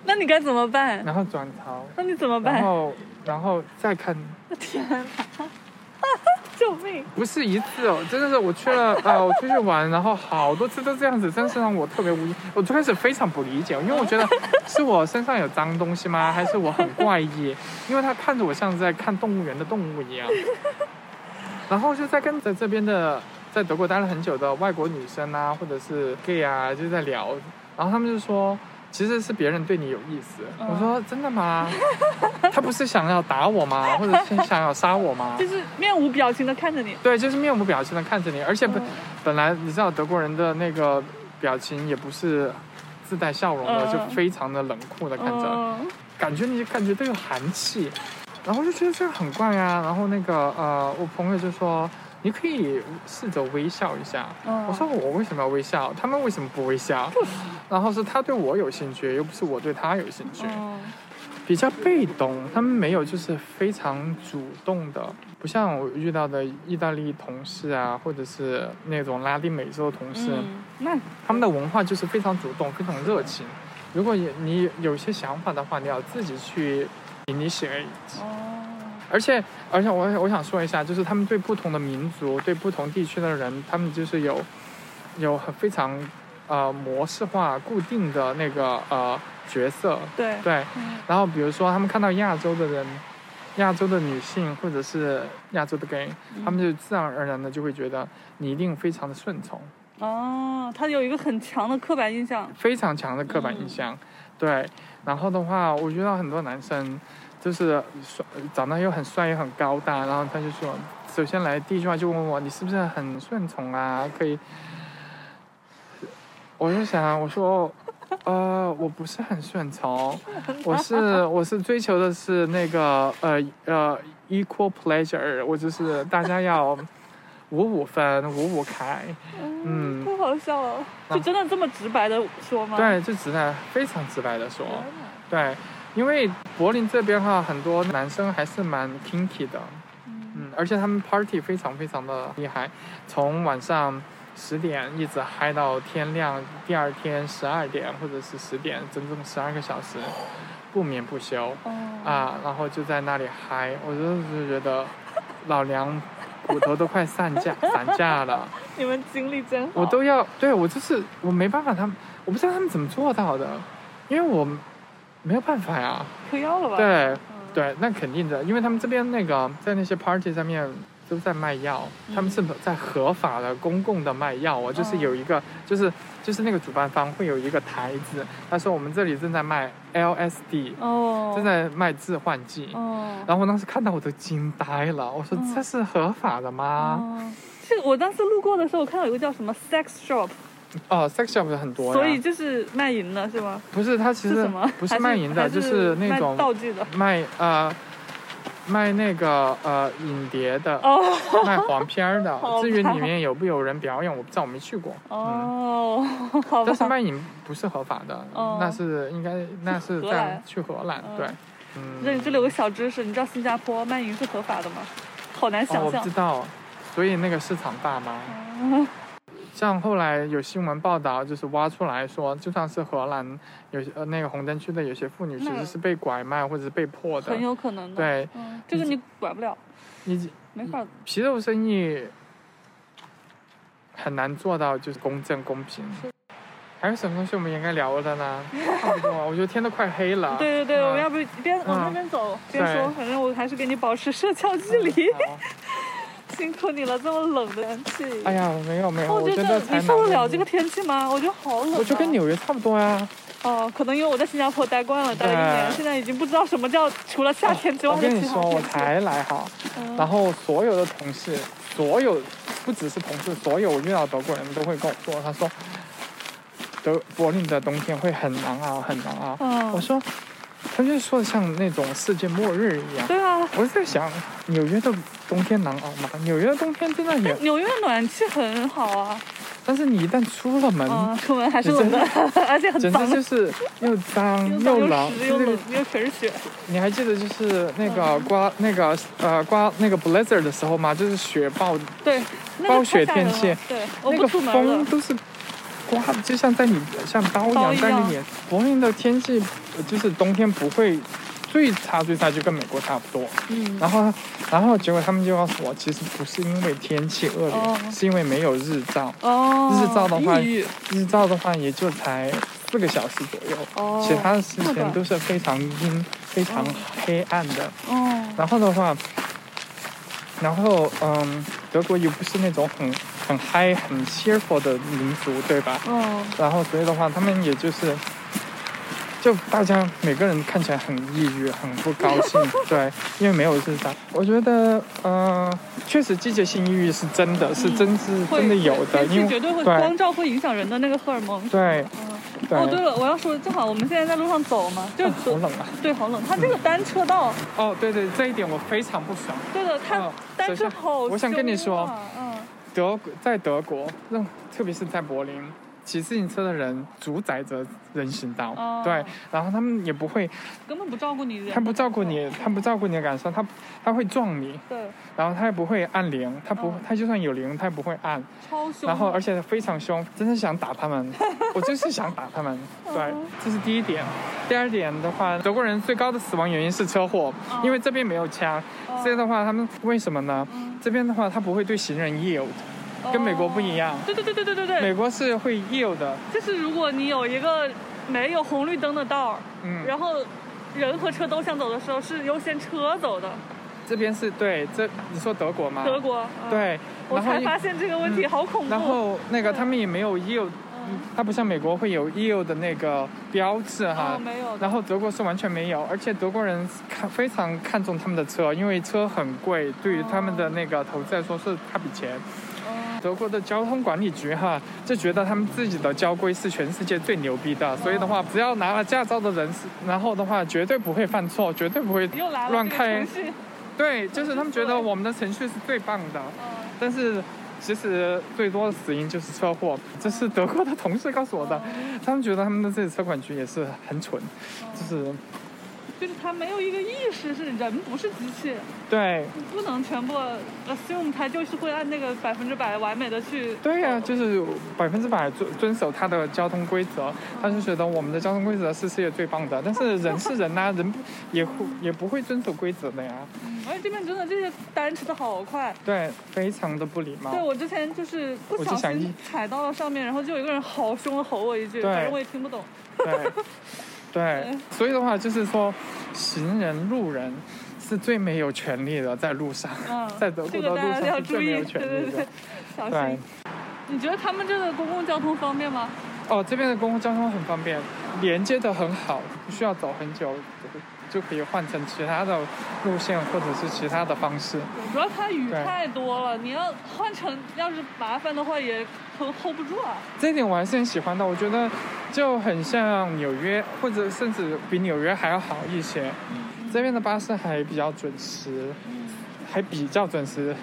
Speaker 4: 那你该怎么办？
Speaker 8: 然后转头，
Speaker 4: 那你怎么
Speaker 8: 然
Speaker 4: 办？
Speaker 8: 后然后再看，
Speaker 4: 天哪！救命！
Speaker 8: 不是一次哦，真的是我去了 啊、呃我出去玩，然后好多次都这样子，真是让我特别无语。我最开始非常不理解，因为我觉得是我身上有脏东西吗？还是我很怪异？因为他看着我像是在看动物园的动物一样。 然后就在跟在这边的，在德国待了很久的外国女生啊，或者是 gay 啊，就在聊，然后他们就说。其实是别人对你有意思，我说真的吗？他不是想要打我吗？或者是想要杀我吗？
Speaker 4: 就是面无表情的看着你，
Speaker 8: 对，就是面无表情的看着你，而且本、
Speaker 4: 嗯
Speaker 8: 本来你知道德国人的那个表情也不是自带笑容的，
Speaker 4: 嗯
Speaker 8: 就非常的冷酷的看着，
Speaker 4: 嗯，
Speaker 8: 感觉你感觉都有寒气，然后就觉得这个很怪啊。然后那个呃，我朋友就说你可以试着微笑一下，
Speaker 4: 嗯
Speaker 8: 我说我为什么要微笑？他们为什么不微笑？然后是他对我有兴趣，又不是我对他有兴趣。
Speaker 4: 嗯
Speaker 8: 比较被动，他们没有就是非常主动的，不像我遇到的意大利同事啊，或者是那种拉丁美洲同事，
Speaker 4: 嗯，那
Speaker 8: 他们的文化就是非常主动，非常热情。如果你你有些想法的话，你要自己去 initiate。
Speaker 4: 哦，
Speaker 8: 而且而且我我想说一下，就是他们对不同的民族、对不同地区的人，他们就是有有很非常呃模式化固定的那个呃角色，
Speaker 4: 对，
Speaker 8: 对
Speaker 4: 嗯，
Speaker 8: 然后比如说他们看到亚洲的人、亚洲的女性或者是亚洲的 gay，他们就自然而然的就会觉得你一定非常的顺从，
Speaker 4: 哦，他有一个很强的刻板印象，
Speaker 8: 非常强的刻板印象。对，然后的话，我遇到很多男生就是帅，长得又很帅又很高大，然后他就说，首先来第一句话就问我你是不是很顺从啊？可以，我就想我说。呃，我不是很顺从，我是我是追求的是那个呃呃 equal pleasure，我就是大家要五五分五五开，嗯，
Speaker 4: 太好笑了，就真的这么直白的说吗？，
Speaker 8: 对，就直白，非常直白的说，对，因为柏林这边哈，很多男生还是蛮 kinky 的，嗯，而且他们 party 非常非常的厉害，从晚上十点一直嗨到天亮，第二天十二点或者是十点，整整十二个小时，不眠不休
Speaker 4: 哦，
Speaker 8: 啊，然后就在那里嗨，我就是觉得老娘骨头都快散架散架了。
Speaker 4: 你们经历真好，
Speaker 8: 我都要，对我就是我没办法，他们我不知道他们怎么做到的，因为我没有办法呀。
Speaker 4: 嗑药了吧？，嗯
Speaker 8: 对对，那肯定的，因为他们这边那个在那些 party 上面都在卖药，
Speaker 4: 嗯
Speaker 8: 他们是在合法的公共的卖药啊，就是有一个就是就是那个主办方会有一个台子，他说我们这里正在卖 LSD，
Speaker 4: 哦，
Speaker 8: 正，在卖致幻剂。
Speaker 4: 哦，
Speaker 8: 然后我当时看到我都惊呆了，我说
Speaker 4: 嗯
Speaker 8: 这是合法的吗？
Speaker 4: 哦，是我当时路过的时候，我看到有个叫什么 sex shop，
Speaker 8: 哦，sex shop 很多呀，
Speaker 4: 所以就是卖淫的是吗？
Speaker 8: 不是，它其
Speaker 4: 是
Speaker 8: 实
Speaker 4: 什么？
Speaker 8: 不
Speaker 4: 还
Speaker 8: 是卖淫的，
Speaker 4: 还
Speaker 8: 就是那
Speaker 4: 卖
Speaker 8: 种
Speaker 4: 道具的。
Speaker 8: 卖呃卖那个呃影碟的，
Speaker 4: 哦
Speaker 8: 卖黄片儿 的。
Speaker 4: 好
Speaker 8: 至于
Speaker 4: 吧
Speaker 8: 里面有不有人表演，我不知道，我没去过。嗯，
Speaker 4: 哦，好吧
Speaker 8: 但。是卖淫不是合法的，
Speaker 4: 哦
Speaker 8: 那是应该那是
Speaker 4: 荷
Speaker 8: 在
Speaker 4: 兰
Speaker 8: 去荷兰
Speaker 4: 嗯
Speaker 8: 对。
Speaker 4: 那
Speaker 8: 嗯
Speaker 4: 你，这里有个小知识，你知道新加坡卖淫是合法的吗？好难
Speaker 8: 哦，
Speaker 4: 想
Speaker 8: 我
Speaker 4: 象
Speaker 8: 知。道，所以那个市场大 吗？像后来有新闻报道，就是挖出来说，就算是荷兰有些呃那个红灯区的有些妇女，其
Speaker 4: 那
Speaker 8: 实是被拐卖或者是被迫的
Speaker 4: 很。有可能的。，
Speaker 8: 对，
Speaker 4: 嗯，这个你管不了，
Speaker 8: 你
Speaker 4: 没法。
Speaker 8: 皮肉生意很难做到就是公正公平。还有什么东西我们应该聊的 呢？差不多，我觉得天都快黑了。
Speaker 4: 对对对，
Speaker 8: 嗯
Speaker 4: 我们要不一边往那边走边说，
Speaker 8: 对
Speaker 4: 反正我还是跟你保持社交距离。
Speaker 8: 好
Speaker 4: 辛苦你了，这么冷的天气。
Speaker 8: 哎呀，没有没有，
Speaker 4: 哦，我
Speaker 8: 觉
Speaker 4: 觉
Speaker 8: 得
Speaker 4: 得
Speaker 8: 才
Speaker 4: 你
Speaker 8: 能
Speaker 4: 受得了这个。天气吗？我觉得好冷、啊。
Speaker 8: 我就跟纽约差不多啊呀。
Speaker 4: 哦，可能因为我在新加坡待惯了，待了一年，
Speaker 8: 对
Speaker 4: 现在已经不知道什么叫除了夏天之外
Speaker 8: 我
Speaker 4: 的
Speaker 8: 跟
Speaker 4: 其
Speaker 8: 你
Speaker 4: 他
Speaker 8: 说，
Speaker 4: 天
Speaker 8: 我
Speaker 4: 气。
Speaker 8: 才来哈，
Speaker 4: 嗯
Speaker 8: 然后所有的同事，所有不只是同事，所有我遇到德国人都会跟我说，他说德柏林的冬天会很难熬，很难熬。
Speaker 4: 嗯
Speaker 8: 我说，他就说像那种世界末日一样。
Speaker 4: 对啊，
Speaker 8: 我在想，纽约的冬天难熬吗？纽约的冬天真的也，
Speaker 4: 哎纽约暖气很好啊，
Speaker 8: 但是你一旦出了门，
Speaker 4: 嗯，出门还是冷的，而且很
Speaker 8: 简
Speaker 4: 脏
Speaker 8: 直， 就是又脏
Speaker 4: 脏又
Speaker 8: 冷，
Speaker 4: 湿
Speaker 8: 就
Speaker 4: 又
Speaker 8: 是
Speaker 4: 冷又嗯全是雪，
Speaker 8: 你还记得就是那个刮那个呃刮那个 blizzard 的时候吗？就是雪暴，
Speaker 4: 对，那个
Speaker 8: 暴雪
Speaker 4: 太吓人
Speaker 8: 天气
Speaker 4: 了对，我
Speaker 8: 那
Speaker 4: 不
Speaker 8: 个
Speaker 4: 出门了
Speaker 8: 风，都是刮，就像在你像刀一
Speaker 4: 刀
Speaker 8: 样
Speaker 4: 一
Speaker 8: 在
Speaker 4: 样
Speaker 8: 你脸。柏林的天气呃就是冬天不会最差最差就跟美国差不多。
Speaker 4: 嗯，
Speaker 8: 然后然后结果他们就告诉我，其实不是因为天气恶劣，
Speaker 4: 哦
Speaker 8: 是因为没有日照。
Speaker 4: 哦，
Speaker 8: 日照的话
Speaker 4: 抑郁
Speaker 8: 日照的话也就才四个小时左右，
Speaker 4: 哦，
Speaker 8: 其他的时
Speaker 4: 那个
Speaker 8: 间都是非常阴、非常
Speaker 4: 哦
Speaker 8: 黑暗的。
Speaker 4: 哦，
Speaker 8: 然后的话，然后嗯，德国又不是那种很很嗨、很 cheerful 的民族，对吧？
Speaker 4: 哦，
Speaker 8: 然后所以的话，他们也就是，就大家每个人看起来很抑郁、很不高 兴，对，因为没有日照。我觉得，呃，确实季节性抑郁是真的，是真哎是
Speaker 4: 嗯会
Speaker 8: 真的有的，
Speaker 4: 天
Speaker 8: 因
Speaker 4: 气绝
Speaker 8: 为
Speaker 4: 对会光
Speaker 8: 对
Speaker 4: 照会影响人的那个荷尔蒙。
Speaker 8: 对
Speaker 4: 嗯，
Speaker 8: 对，
Speaker 4: 哦，对了，我要说，正好我们现在在路上走嘛，就是
Speaker 8: 啊好冷啊！
Speaker 4: 对，好冷。它这个单车道，
Speaker 8: 哦，对对，这一点我非常不爽。
Speaker 4: 对的，它
Speaker 8: 哦
Speaker 4: 单车
Speaker 8: 首先
Speaker 4: 好、啊
Speaker 8: 我想跟你说，
Speaker 4: 嗯，
Speaker 8: 德国在德国，让特别是在柏林，骑自行车的人主宰着人行道，
Speaker 4: 哦
Speaker 8: 对，然后他们也不会，
Speaker 4: 根本不照顾你人，
Speaker 8: 他不照顾你，他不照顾你的感受，他他会撞你，
Speaker 4: 对，
Speaker 8: 然后他也不会按铃，他不、
Speaker 4: 哦
Speaker 8: 他就算有铃，他也不会按，
Speaker 4: 超凶的。
Speaker 8: 然后而且非常凶，真的想打他们，我就是想打 他们，
Speaker 4: 嗯
Speaker 8: 对，这是第一点。第二点的话，德国人最高的死亡原因是车祸，
Speaker 4: 哦
Speaker 8: 因为这边没有枪，
Speaker 4: 哦
Speaker 8: 所以的话他们为什么呢？
Speaker 4: 嗯
Speaker 8: 这边的话他不会对行人 yield，跟美国不一样
Speaker 4: 哦对对对对对对
Speaker 8: 美
Speaker 4: 对，
Speaker 8: 国是会 yield 的，
Speaker 4: 就是如果你有一个没有红绿灯的道儿，
Speaker 8: 嗯，
Speaker 4: 然后人和车都想走的时候，是优先车走的。
Speaker 8: 这边是对这你说德国吗？
Speaker 4: 德国，嗯，
Speaker 8: 对，
Speaker 4: 我
Speaker 8: 然后
Speaker 4: 才
Speaker 8: 一
Speaker 4: 发现这个问题
Speaker 8: 嗯
Speaker 4: 好恐怖。
Speaker 8: 然后那个
Speaker 4: 对
Speaker 8: 他们也没有 yield，
Speaker 4: 嗯，
Speaker 8: 它不像美国会有 yield 的那个标志哈
Speaker 4: 哦，，没有的，
Speaker 8: 然后德国是完全没有，而且德国人看非常看重他们的车，因为车很贵，对于他们的那个投资来说是大笔钱。
Speaker 4: 嗯
Speaker 8: 德国的交通管理局哈就觉得他们自己的交规是全世界最牛逼的，
Speaker 4: 哦
Speaker 8: 所以的话，只要拿了驾照的人是，然后的话绝对不会犯错，绝对不会
Speaker 4: 又来了
Speaker 8: 乱
Speaker 4: 这个
Speaker 8: 开
Speaker 4: 程序
Speaker 8: 对，就是他们觉得我们的程序是最棒的，但是其实最多的死因就是车祸。这是德国的同事告诉我
Speaker 4: 哦
Speaker 8: 的，他们觉得他们的这个车管局也是很蠢，就是
Speaker 4: 就是他没有一个意识，是人不是机器，
Speaker 8: 对
Speaker 4: 你不能全部 assume 他就是会按那个百分之百完美的去。
Speaker 8: 对呀、就是百分之百遵遵守他的交通规则，他就觉得我们的交通规则是世界最棒的。但是人是人呐、啊人不也会也不会遵守规则的呀，
Speaker 4: 嗯而且这边真的这些单吃的好快。
Speaker 8: 对，非常的不礼貌
Speaker 4: 对，。我之前就是不
Speaker 8: 我
Speaker 4: 小
Speaker 8: 就想
Speaker 4: 心
Speaker 8: 一
Speaker 4: 踩到了上面，然后就有一个人好凶地吼我一句，
Speaker 8: 对
Speaker 4: 反正我也听不懂。
Speaker 8: 对，
Speaker 4: 嗯
Speaker 8: 对，所以的话就是说，行人、路人是最没有权利的，在路上，
Speaker 4: 嗯，
Speaker 8: 在德
Speaker 4: 这个
Speaker 8: 国的
Speaker 4: 大
Speaker 8: 路
Speaker 4: 家
Speaker 8: 上
Speaker 4: 要
Speaker 8: 是
Speaker 4: 注
Speaker 8: 最没
Speaker 4: 意，
Speaker 8: 有
Speaker 4: 对
Speaker 8: 权
Speaker 4: 对
Speaker 8: 利
Speaker 4: 对
Speaker 8: 的。，
Speaker 4: 小
Speaker 8: 对
Speaker 4: 心。，你觉得他们这个公共交通方便吗？
Speaker 8: 哦，这边的公共交通很方便，连接的很好，不需要走很久，就可以换成其他的路线或者是其他的方式。
Speaker 4: 主要它雨
Speaker 8: 对
Speaker 4: 太多了，你要换成要是麻烦的话也 hold hold 不住啊。
Speaker 8: 这一点我还是很喜欢的，我觉得就很像纽约，或者甚至比纽约还要好一些。
Speaker 4: 嗯
Speaker 8: 这边的巴士还比较准时，还比较 准时。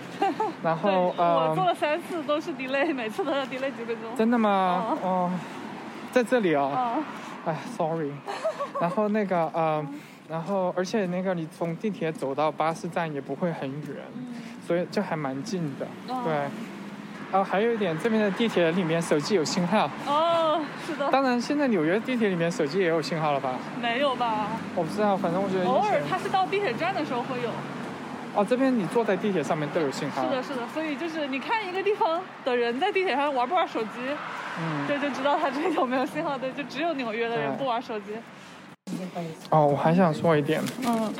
Speaker 4: 对，
Speaker 8: 然后
Speaker 4: 我做
Speaker 8: 呃，
Speaker 4: 了三次都是 delay，每次都要 delay 几分钟。
Speaker 8: 真的吗？哦，在这里哦，
Speaker 4: 啊，
Speaker 8: 哎，sorry。然后那个呃，然后而且那个你从地铁走到巴士站也不会很远，所以就还蛮近的。
Speaker 4: 嗯哦
Speaker 8: 对。然后还有一点，这边的地铁里面手机有信号。
Speaker 4: 哦，是 的，
Speaker 8: 当然，现在纽约地铁里面手机也有信号了吧？
Speaker 4: 没有吧？
Speaker 8: 我不知道，反正我觉得
Speaker 4: 偶
Speaker 8: 以
Speaker 4: 尔
Speaker 8: 前
Speaker 4: 它是到地铁站的时候会有。
Speaker 8: 哦，这边你坐在地铁上面都有信号。
Speaker 4: 是的，，是的，所以就是你看一个地方的人在地铁上玩不玩手机，
Speaker 8: 嗯。
Speaker 4: 这就知道他这有没有信号的。就只有纽约的人
Speaker 8: 对
Speaker 4: 不玩手机。
Speaker 8: 哦，我还想说一点，
Speaker 4: 嗯，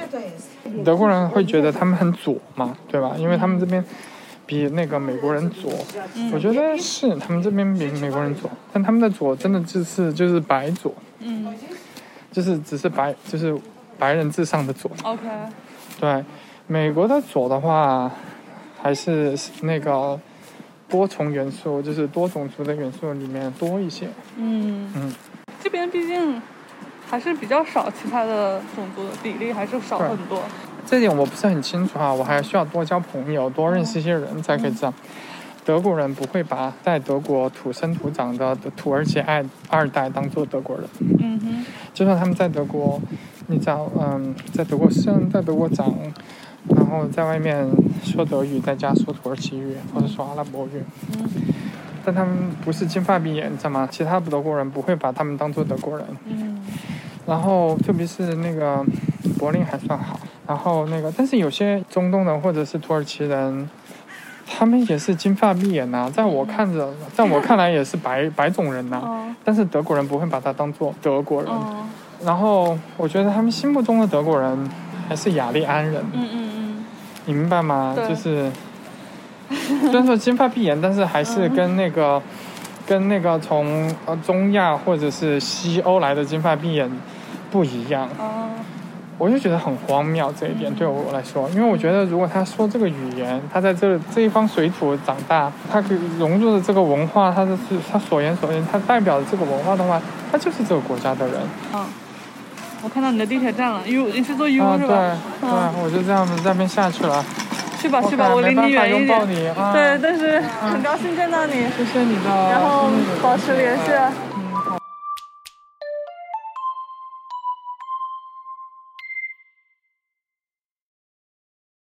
Speaker 8: 德国人会觉得他们很左嘛，对吧？因为他们这边比那个美国人左，
Speaker 4: 嗯
Speaker 8: 我觉得是他们这边比美国人左，但他们的左真的就是就是白左，嗯，就是只是白就是白人至上的左，
Speaker 4: OK，
Speaker 8: 对，美国的左的话，还是那个多重元素，就是多种族的元素里面多一些。
Speaker 4: 嗯
Speaker 8: 嗯，
Speaker 4: 这边毕竟还是比较少，其他的种族的比例还是少
Speaker 8: 对
Speaker 4: 很多。
Speaker 8: 这点我不是很清楚啊，我还需要多交朋友，多认识一些人才可以知道。德国人不会把在德国土生土长的土耳其二二代当做德国人，
Speaker 4: 嗯哼，
Speaker 8: 就算他们在德国，你知道，嗯，在德国生，在德国长，然后在外面说德语，在家说土耳其语或者说阿拉伯语，
Speaker 4: 嗯
Speaker 8: 但他们不是金发碧眼，你知道吗？其他德国人不会把他们当做德国人，
Speaker 4: 嗯
Speaker 8: 然后特别是那个柏林还算好，然后那个但是有些中东人或者是土耳其人，他们也是金发碧眼呐、在我看着，在我看来也是白 白种人呐、
Speaker 4: 哦
Speaker 8: 但是德国人不会把他当做德国人，
Speaker 4: 哦，
Speaker 8: 然后我觉得他们心目中的德国人还是雅利安人，
Speaker 4: 嗯嗯
Speaker 8: 你明白吗？
Speaker 4: 对
Speaker 8: 就是虽然说金发碧眼，但是还是跟那个、跟那个从呃中亚或者是西欧来的金发碧眼不一样。
Speaker 4: 嗯，哦，嗯
Speaker 8: 我就觉得很荒谬这一点对我来说，因为我觉得如果他说这个语言，他在这这一方水土长大，他可以融入了这个文化，他的是他所言所行，他代表的这个文化的话，他就是这个国家的人
Speaker 4: 哦我看到你的地铁站了，U，你是坐 U、
Speaker 8: 啊，
Speaker 4: 是
Speaker 8: 对
Speaker 4: 吧？
Speaker 8: 对
Speaker 4: 嗯，
Speaker 8: 我就这样子在那边下去了，
Speaker 4: 去吧
Speaker 8: 我
Speaker 4: 去吧，
Speaker 8: 靠
Speaker 4: 我离
Speaker 8: 没办
Speaker 4: 你
Speaker 8: 法
Speaker 4: 远一
Speaker 8: 拥抱
Speaker 4: 点。
Speaker 8: 你啊，
Speaker 4: 对，但是很高兴见到你，
Speaker 8: 谢谢你的，
Speaker 4: 然后保持联系。